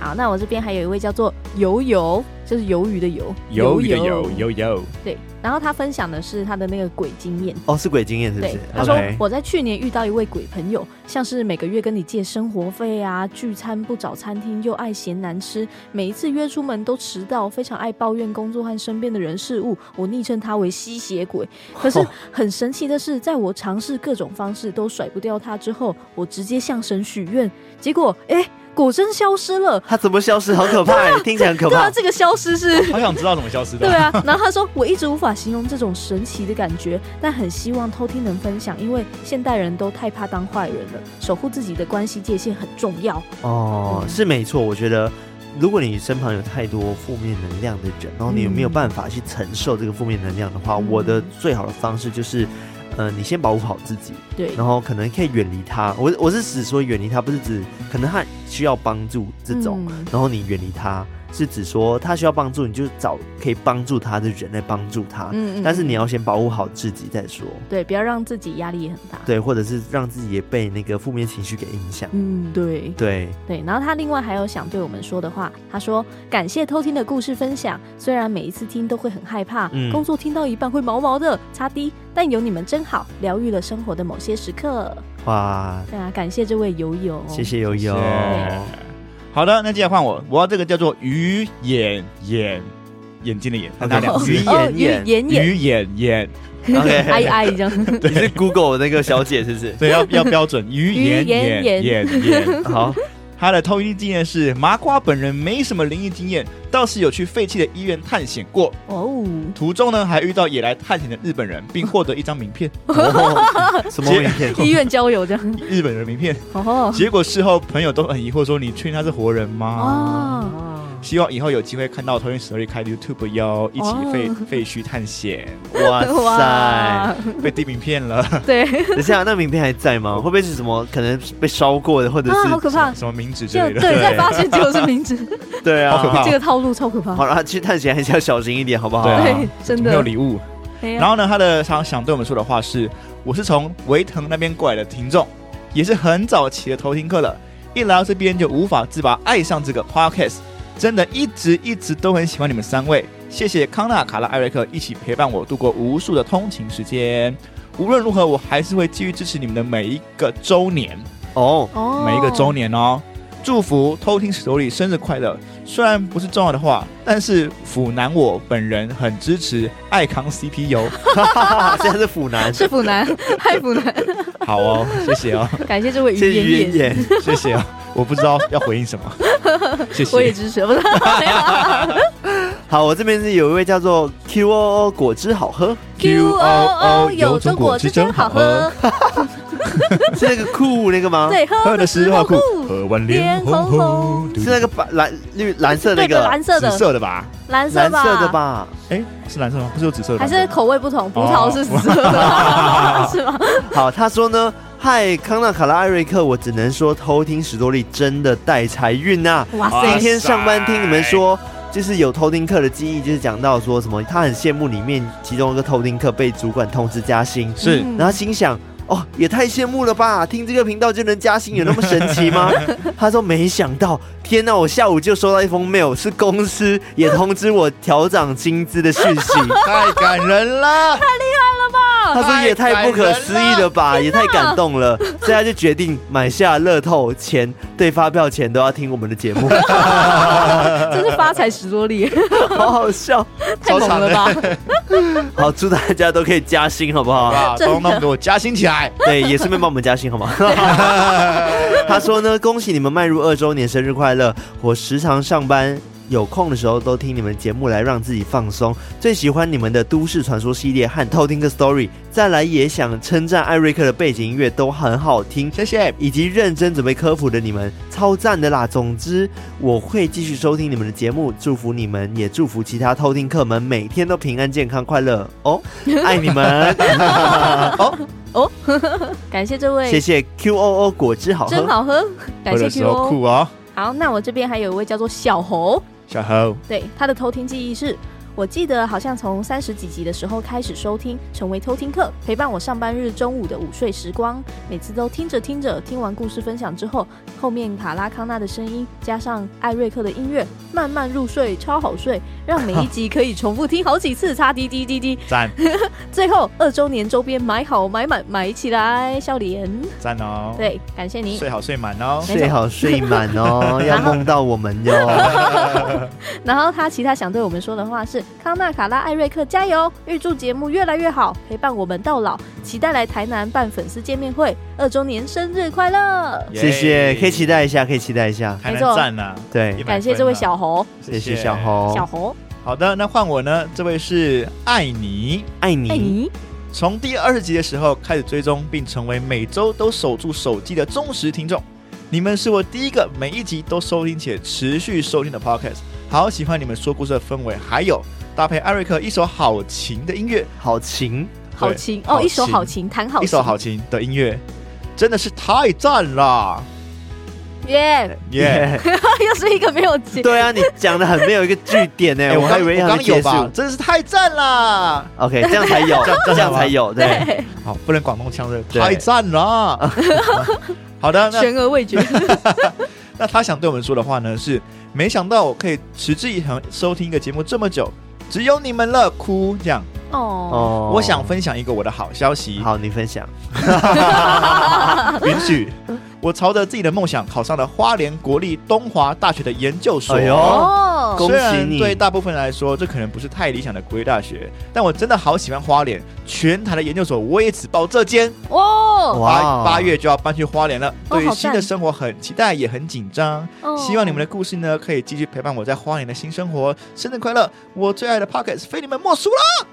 好，那我这边还有一位叫做游游，就是鱿鱼的游，
有
游
有
游
有有有，
对，然后他分享的是他的那个鬼经验。
哦，是鬼经验是不
对
是，
他说
？OK，
我在去年遇到一位鬼朋友，像是每个月跟你借生活费啊，聚餐不找餐厅，又爱嫌难吃，每一次约出门都迟到，非常爱抱怨工作和身边的人事物。我昵称他为吸血 鬼。可是很神奇的是，在我尝试各种方式都甩不掉他之后，我直接向神许愿，结果哎，果真消失了。
他怎么消失？好可怕 耶，听起来很可
对啊，
怕。
这个消失是
好想知道怎么消失
对
的。
啊，然后他说我一直无法形容这种神奇的感觉，但很希望偷听能分享，因为现代人都太怕当坏人了，守护自己的关系界限很重要。
哦，
嗯
是没错，我觉得。如果你身旁有太多负面能量的人，然后你
嗯
没有办法去承受这个负面能量的话，
嗯
我的最好的方式就是，呃，你先保护好自己，
对，
然后可能可以远离他。我我是指说远离他，不是指可能他需要帮助这种，
嗯
然后你远离他，是指说他需要帮助，你就找可以帮助他的人来帮助他。
嗯
啊但是你要先保护好自己再说，
对，不要让自己压力也很大。，
对，或者是让自己也被那个负面情绪给影响。
嗯，对。
对，
对，然后他另外还有想对我们说的话，他说感谢偷听的故事分享，虽然每一次听都会很害怕，
嗯
工作听到一半会毛毛的，擦低，但有你们真好，疗愈了生活的某些时刻。
哇，
对啊，感谢这位友友，
谢谢悠悠
谢。好的，那接下来换我，我要这个叫做鱼眼眼眼睛的眼，看他两
鱼
次。
哦，
眼眼，
眼眼，
鱼眼眼，？
OK
哎哎这样。
你是 Google 那个小姐是不是
对，要要标准。鱼眼
鱼眼
眼眼眼。
好，
他的偷听经验是麻瓜本人没什么灵异经验，倒是有去废弃的医院探险过。
哦，
途中呢，还遇到也来探险的日本人，并获得一张名 片，
哦什么名片？
医院交友这样，
日本人的名片。
哦
结果事后朋友都很疑惑说：“你确定他是活人吗？”
哦，
希望以后有机会看到偷听史瑞开 YouTube 哟，一起废
哦
废墟探险，
哇塞！，
被递名片了，
对，
等一下，那名片还在吗？会不会是什么可能被烧过的，或者
啊，好
是
可怕，
什么名字之
就
类
对，
的。
再发现就是名字，
对啊？
好可怕
这个套路超可怕，
好了，去探险还是要小心一点，好不好？
对啊
对，真
没有
的。
礼物。
哎呀
然后呢，他的想想对我们说的话是：我是从维腾那边过来的听众，也是很早期的偷听客了，一来到这边就无法自拔爱上这个 podcast，真的一直一直都很喜欢你们三位，谢谢康纳、卡拉、艾瑞克一起陪伴我度过无数的通勤时间。无论如何，我还是会继续支持你们的每一个周年，
哦，
哦
每一个周年哦。祝福偷听史多里生日快乐！虽然不是重要的话，但是腐男我本人很支持爱康 CP 油。
现在是腐男，
是腐男，害腐男，
好哦，谢谢哦，
感谢这位
谢
于
哎谢
妍
渊
妍，
眼。
谢谢哦，我不知道要回应什 么，谢
我也
谢。
支持，不是
好，我这边是有一位叫做 QOO 果汁好喝，
QOO 有种果汁真好喝，
是那个酷那个吗？，
对，喝的时候酷，
喝完
脸红红，
是
是那个白蓝绿蓝色那
对的，
个
蓝色
紫
的，
色的吧？
蓝色
蓝
吧，
色的吧？
哎，是蓝色吗？不是有紫色的吧？
还是口味不同，葡
哦
萄是紫色 的，是吗？
好，他说呢，嗨，康纳、卡拉、艾瑞克，我只能说偷听史多利真的带财运呐、
哇
今
哇
塞，
天上班听你们说，就是有偷听课的记忆，就是讲到说什么，他很羡慕里面其中一个偷听课被主管通知加薪，
是
嗯
然后心想。哦，也太羡慕了吧！听这个频道就能加薪，有那么神奇 吗？他说没想到，天哪！我下午就收到一封 mail，是公司也通知我调涨薪资的讯息。
太感人了，
他说也太不可思议了吧，也太感动了，所以他就决定买下乐透前对发票前都要听我们的节 目，
真是发财十多 利，
好好笑。
太猛了吧！
好，祝大家都可以加薪，好不好？
哇，
真的
东东给我加薪起来，
对，也顺便帮我们加薪，好吗？他说呢，恭喜你们迈入二周年，生日快乐！我时常上班。有空的时候都听你们节目来让自己放松。最喜欢你们的都市传说系列和偷听个 story，再来也想称赞艾瑞克的背景音乐都很好听，
谢谢，
以及认真准备科普的你们，超赞的啦！总之，我会继续收听你们的节目，祝福你们，也祝福其他偷听客们每天都平安、健康、快乐哦！爱你们，
感谢这位，
谢谢 Q O O 果汁好喝，
真好 喝，感
喝
谢
的时
Q
候
O。
酷哦，
好，那我这边还有一位叫做小猴，
小猴，
对，他的偷听记忆是，我记得好像从三十几集的时候开始收听，成为偷听客，陪伴我上班日中午的午睡时光。每次都听着听着，听完故事分享之后，后面卡拉康纳的声音加上艾瑞克的音乐，慢慢入睡，超好睡，让每一集可以重复听好几次。擦滴滴滴滴，
赞
最后二周年周边买好买满买起来，笑脸。
赞哦，，
对，感谢你。
睡好睡满哦，
睡好睡满 哦，要梦到我们哟。
然后他其他想对我们说的话是：康纳、卡拉、艾瑞克，加油！预祝节目越来越好，陪伴我们到老。期待来台南办粉丝见面会，二周年生日快乐！
耶
谢谢，可以期，待一下，可以期待一下。
还
没
能
错
赞呐，
对
100，
感谢这位小猴，
谢谢小。猴
小，猴
好的，那换我呢？这位是艾尼，
爱
爱
你，
哎你，
从第二十集的时候开始追踪，并成为每周都守住手机的忠实听众。你们是我第一个每一集都收听且持续收听的 podcast，好喜欢你们说故事的氛围，还有搭配艾瑞克一首好琴的音乐，
好情，
好琴
好
哦，
琴
一手好琴，弹好琴，
一首好琴的音乐，真的是太赞 了！
耶！
耶、
又是一个没有结，
对啊，你讲的很没有一个据点呢，
哎
我还以
刚
为
我
要
刚
结
有
束。
吧，真的是太赞了！
OK，这样才有，这样才有，对。
对，
好，不能广东腔的，
对
太赞了！ 好的，那
悬而未决，
那他想对我们说的话呢是：没想到我可以持之以恒收听一个节目这么久，只有你们了，哭这样。
哦，
哦
我想分享一个我的好消息，
好，你分享。
允许 我朝着自己的梦想考上了花莲国立东华大学的研究所。
哎呦
哦，
恭
虽
喜
然
你！
对大部分人来说，这可能不是太理想的国立大学，但我真的好喜欢花莲。全台的研究所我也只报这间，
哦，
八
哇
八月就要搬去花莲了。
哦
对于
好
新的
赞
生活很期待，也很紧张。
哦
希望你们的故事呢，可以继续陪伴我在花莲的新生活。生日快乐！我最爱的 Pockets 非你们莫属啦！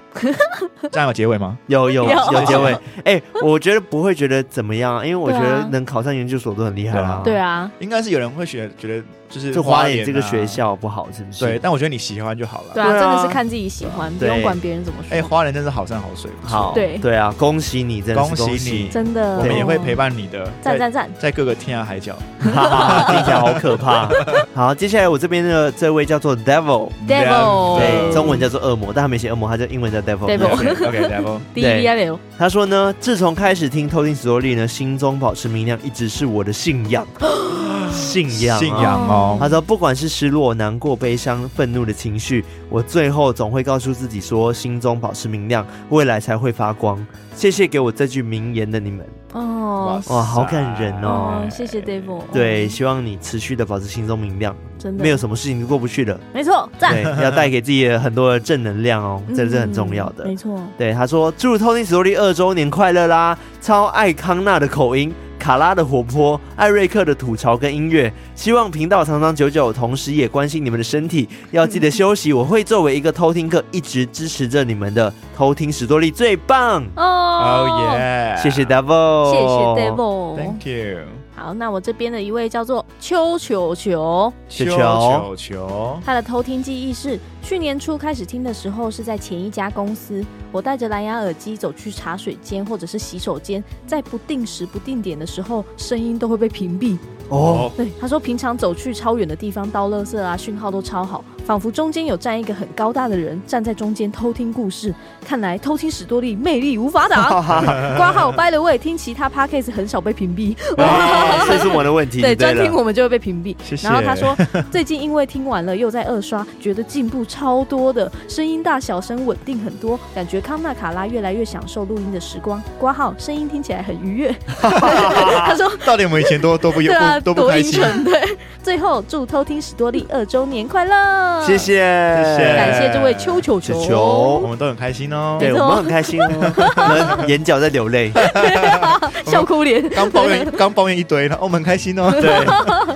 这样有结尾吗？
有有
有
有结尾，哎、我觉得不会觉得怎么样啊，因为我
对
觉
啊
得能考上研究所都很厉害啦、
的
对啊，
应该是有人会觉得觉得就是
就
花
花
莲
莲
啊
这个学，校不好，是不是？
对，，但我觉得你喜欢就好了。
对啊，
对
真
啊
的是看自己喜欢，不用
对
管别人怎么
哎，
说，
花莲真是好山好水，不错
好，
对
对啊，恭喜你，真的是
恭喜
恭
你
喜
真的，
我们也会
哦
陪，伴你的，
赞
在
赞赞，
在各个天涯海角。
你，哈哈，啊听起来好可怕。 好，接下来我这边的这位叫做 Devil，
哦
Devil
对，中文叫做恶魔，但他没写恶魔，他叫英文叫 Devil。
Devil
OK Devil，
D V I L，
他说呢，自从开始听《偷听 story》呢，心中保持明亮，一直是我的信仰，
哦
信仰、啊，
信仰哦，
他说，不管是失落、难过、悲伤、愤怒的情绪，我最后总会告诉自己说，心中保持明亮，未来才会发光。谢谢给我这句名言的你们。
哦
塞
哇好感人
哦
哦，
谢谢 Devil，
对，，
哦
希望你持续的保持心中明亮，
真的
没有什么事情是过不去的。
没错，
对
赞，，
要带给自己很多的正能量哦，
嗯
这是很重要的
没。错，
对，他说祝《偷听 story》二周年快乐啦！超爱康纳的口音，卡拉的活泼，艾瑞克的吐槽跟音乐。希望频道长长久久，同时也关心你们的身体，要记得休息。我会作为一个偷听客，一直支持着你们的。偷听史多利最 棒，Oh,
哦
哦，
耶，
谢谢 Devil，
谢谢 Devil。
，Thank you，
好，那我这边的一位叫做邱球球，
球哦
球球，
他的偷听记忆是去年初开始听的时候是在前一家公司，我戴着蓝牙耳机走去茶水间或者是洗手间，在不定时不定点的时候，声音都会被屏蔽。
哦，
对，他说平常走去超远的地方倒垃圾啊，讯号都超好，仿佛中间有站一个很高大的人站在中间偷听故事。看来偷听史多利魅力无法
哈
挡。
哈哈，
挂号 by the way，听其他 podcast 很少被屏蔽，
哦这是我的问 题，
对，专
了
听我们就会被屏蔽。
谢谢
然后他说， 最近因为听完了又在二刷，觉得进步超多的，声音大小声稳定很多，感觉康纳卡拉越来越享受录音的时光。挂号声音听起来很愉悦。他说
到底我们以前多多不
对啊，
多不
多
开
阴
心？
沉。对，最后祝偷听史多利二周年快乐，
谢，谢，
感谢这位邱球球。
球球
我们都很开心哦。
对
没
我
错
们很 开心 哦，我们眼角在流泪。
笑哭脸，
刚抱怨，刚抱怨一堆，然后我们很开心哦。对，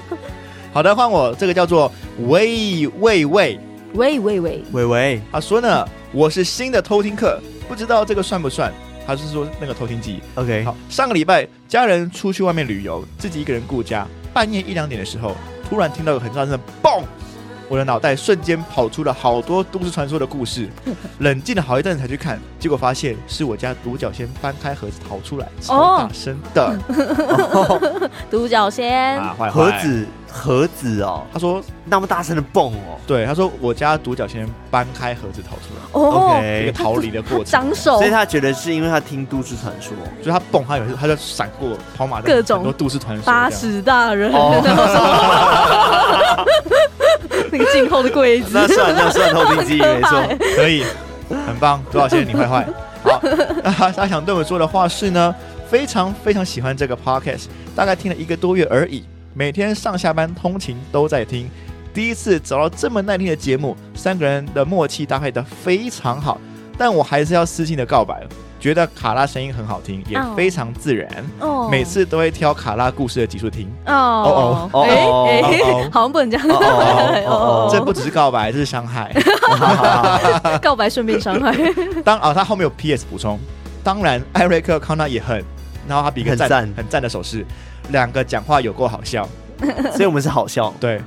好的，换我，这个叫做喂喂喂，
喂喂喂，
伟伟，
他说呢，我是新的偷听客，不知道这个算不算？他是说那个偷听记忆。
OK，
好，上个礼拜家人出去外面旅游，自己一个人顾家，半夜一两点的时候，突然听到有很大声的“嘣”，我的脑袋瞬间跑出了好多都市传说的 故事。冷静了好一阵子才去看，结果发现是我家独角仙翻开盒子逃出来，
哦
超大声的、
独角仙，
啊，坏坏
盒。子盒子哦，
他说，
那么大声的蹦哦
对，他说我家独角仙搬开盒子逃出来，
哦，
一个
，OK，
逃离的过程。
长手
所以，他觉得是因为他听都市传说，
所以他蹦，他有时他就闪过跑马灯
各种
很多都市传说这样，
八十大人， 那个静候的柜子，
那算那算偷听记忆没 错
很可
可以，很棒，多少谢你坏坏。好， 那他想对我说的话是呢，非常非常喜欢这个 podcast，大概听了一个多月而已，每天上下班通勤都在听。第一次找到这么耐听的节目，三个人的默契搭配的非常好，但我还是要私信的告白了，觉得卡拉声音很好听，也
哦
非常自然，
哦
每次都会挑卡拉故事的集数听。
哦
哦哦哦
哎
哦
哎
哦，
好像不能这样，
哦哦哦哦
这不只是告白，这是伤害。
告白顺便伤害，
当啊，他后面有 PS 补充，当然艾瑞克康纳也很，然后他比一个
很
赞
赞
很赞的手势，两个讲话有够好笑，
所以我们是好 笑，
对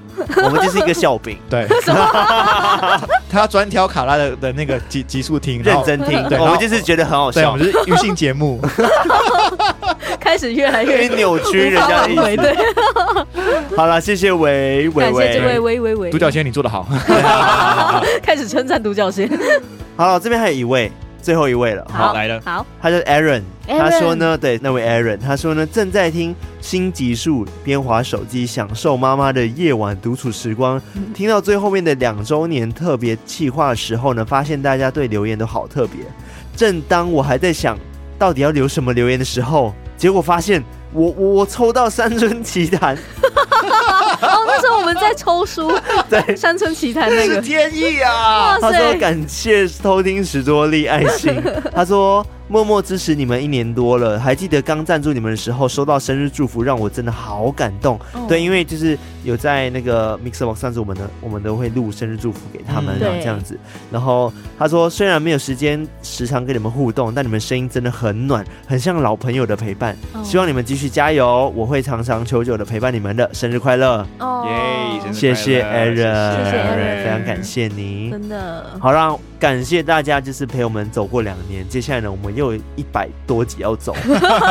我们就是一个笑柄，
对。 他专挑卡拉的的那个集集数听，然
认
后
真听，
对
我
然
们
后
就是觉得很好
对，我
笑，
们是娱性节 目，
开始越来
可以
越
扭曲
无
人
法
家的
挽回，
意思。
对，
好了，谢谢维维
感谢这位
维。
微微微
独角仙你做的好，
开始称赞独角仙，
好了，这边还有一位，最后一位了。
好来了
好，
他叫 Aaron，
Aaron
他说呢，对那位 Aaron，他说呢正在听新集数，边滑手机享受妈妈的夜晚独处时光。听到最后面的两周年特别企划的时候呢，发现大家对留言都好特别。正当我还在想到底要留什么留言的时候，结果发现我我我抽到三春奇谭，
哦，那时候我们在抽书，
对，
山村奇谭那
是
个，
天意啊！
哇
他
塞
说感谢偷听史多利爱 心。他说默默支持你们一年多了，还记得刚赞助你们的时候收到生日祝福，让我真的好感动。
哦
对，因为就是有在那个 Mixer Box 上次我们呢，我们都会录生日祝福给他们，
嗯
然后
对
这样子。然后他说虽然没有时间时常跟你们互动，但你们声音真的很暖，很像老朋友的陪伴。
哦
希望你们继续加油，我会常常久久的陪伴你们的。生日快乐！
哦
耶真的
谢谢
快乐
Aaron，
谢谢
Aaron
非常感谢你。
真的，
好啦，感谢大家就是陪我们走过两年，接下来呢，我们又有一百多集 要走，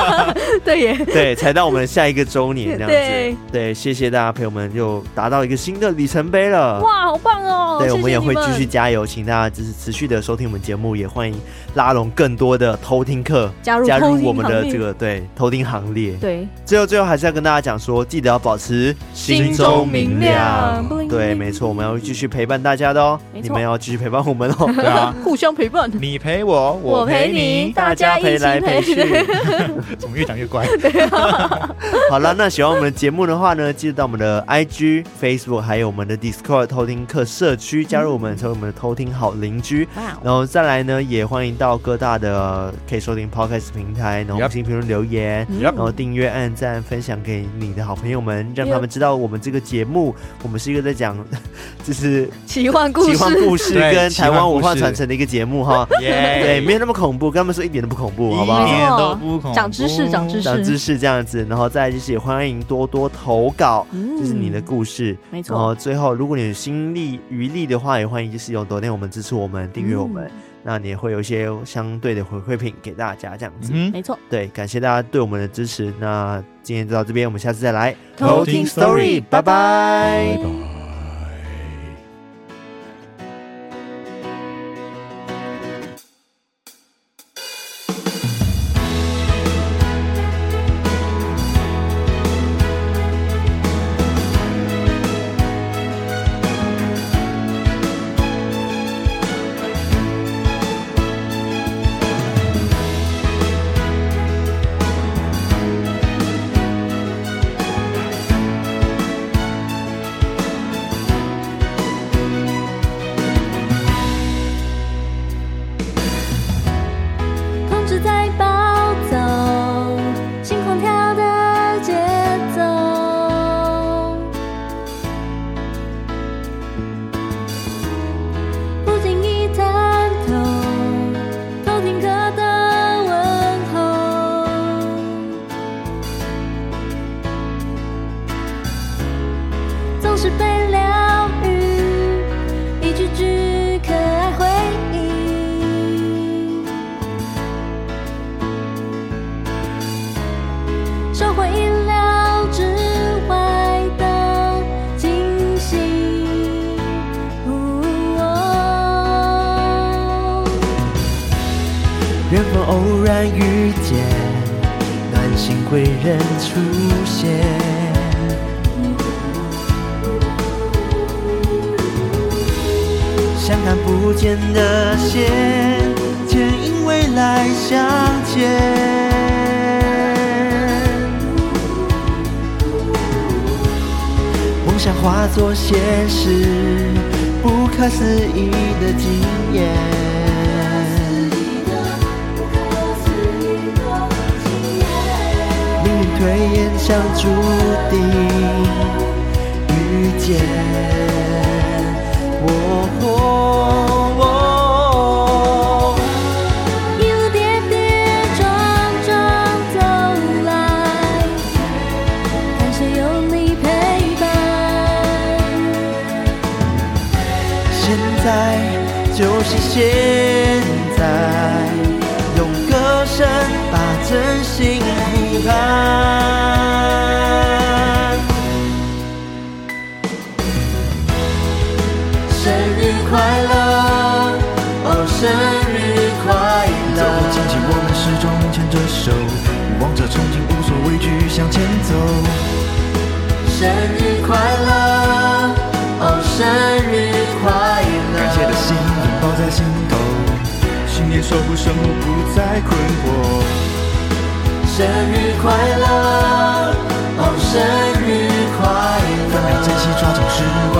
对耶，
对，才到我们下一个周年这样
对
子。对，谢谢大家陪我们又达到一个新的里程碑了。
哇，好棒哦，
对，
谢
我
谢
们也会
你
继续加油，请大家就是持续的收听我们节目，也欢迎拉拢更多的偷听客
加入偷听
我们的
行列
这个对偷听行列。
对，
最后最后还是要跟大家讲说，记得要保持
心中明亮不灵
对，
灵
没错，我们要继续陪伴大家的哦，
没错
你们要继续陪伴我们 哦。
对啊，
互相陪伴，
你陪我，我陪你，
大家一起
陪来陪去。
怎么越讲越 乖？
好了，那喜欢我们的节目的话呢，记得到我们的 IG、Facebook，还有我们的 Discord 偷听客社区加入我们，成为我们的偷听好邻居。
哇哦
然后再来呢，也欢迎到各大的可以收听 Podcast 平台，然后
Yep
五星评论留言，
嗯
然后订阅、按赞、分享给你的好朋友们，让
Yep
他们知道我们这个节目，我们是一个在讲就是
奇幻 故
奇
事，
幻故事
对
跟
奇幻
台湾文
故
化
事
传承的一个节目哈。对，
耶，
没有那么恐怖，跟他们说一点都不恐怖，好不
一
好？
点都不恐怖
长知识长知识
长知识这样子，然后再来就是也欢迎多多投稿，
嗯
就是你的故事。
没
然后，最后，如果你有心力余力的话，也欢迎就是用抖内我们支持我们订阅我们，那你也会有一些相对的回馈品给大家这样子。
嗯哼，
没错，
对，感谢大家对我们的支持。那今天就到这边，我们下次再来
偷
听
Story，
拜拜。
Thank
哦
缘分偶然遇见，暖心贵人出现。相看不见的线，牵引未来相见。梦想化作现实，不可思议的经验。命运推演像注定遇见我。
一路跌跌撞撞走来，感谢有你陪伴。
现在就是现在，用歌声把真心呼喊。生日快乐，哦，生日快
走
乐！
过荆棘，我们始终牵着手，望着憧憬，无所畏惧向前走。
哦生日快乐，哦，生日快乐！
感谢的心拥抱在心头，信念守护生活不再困惑。
生日快乐，哦，生日快乐！
分秒珍惜抓紧时光，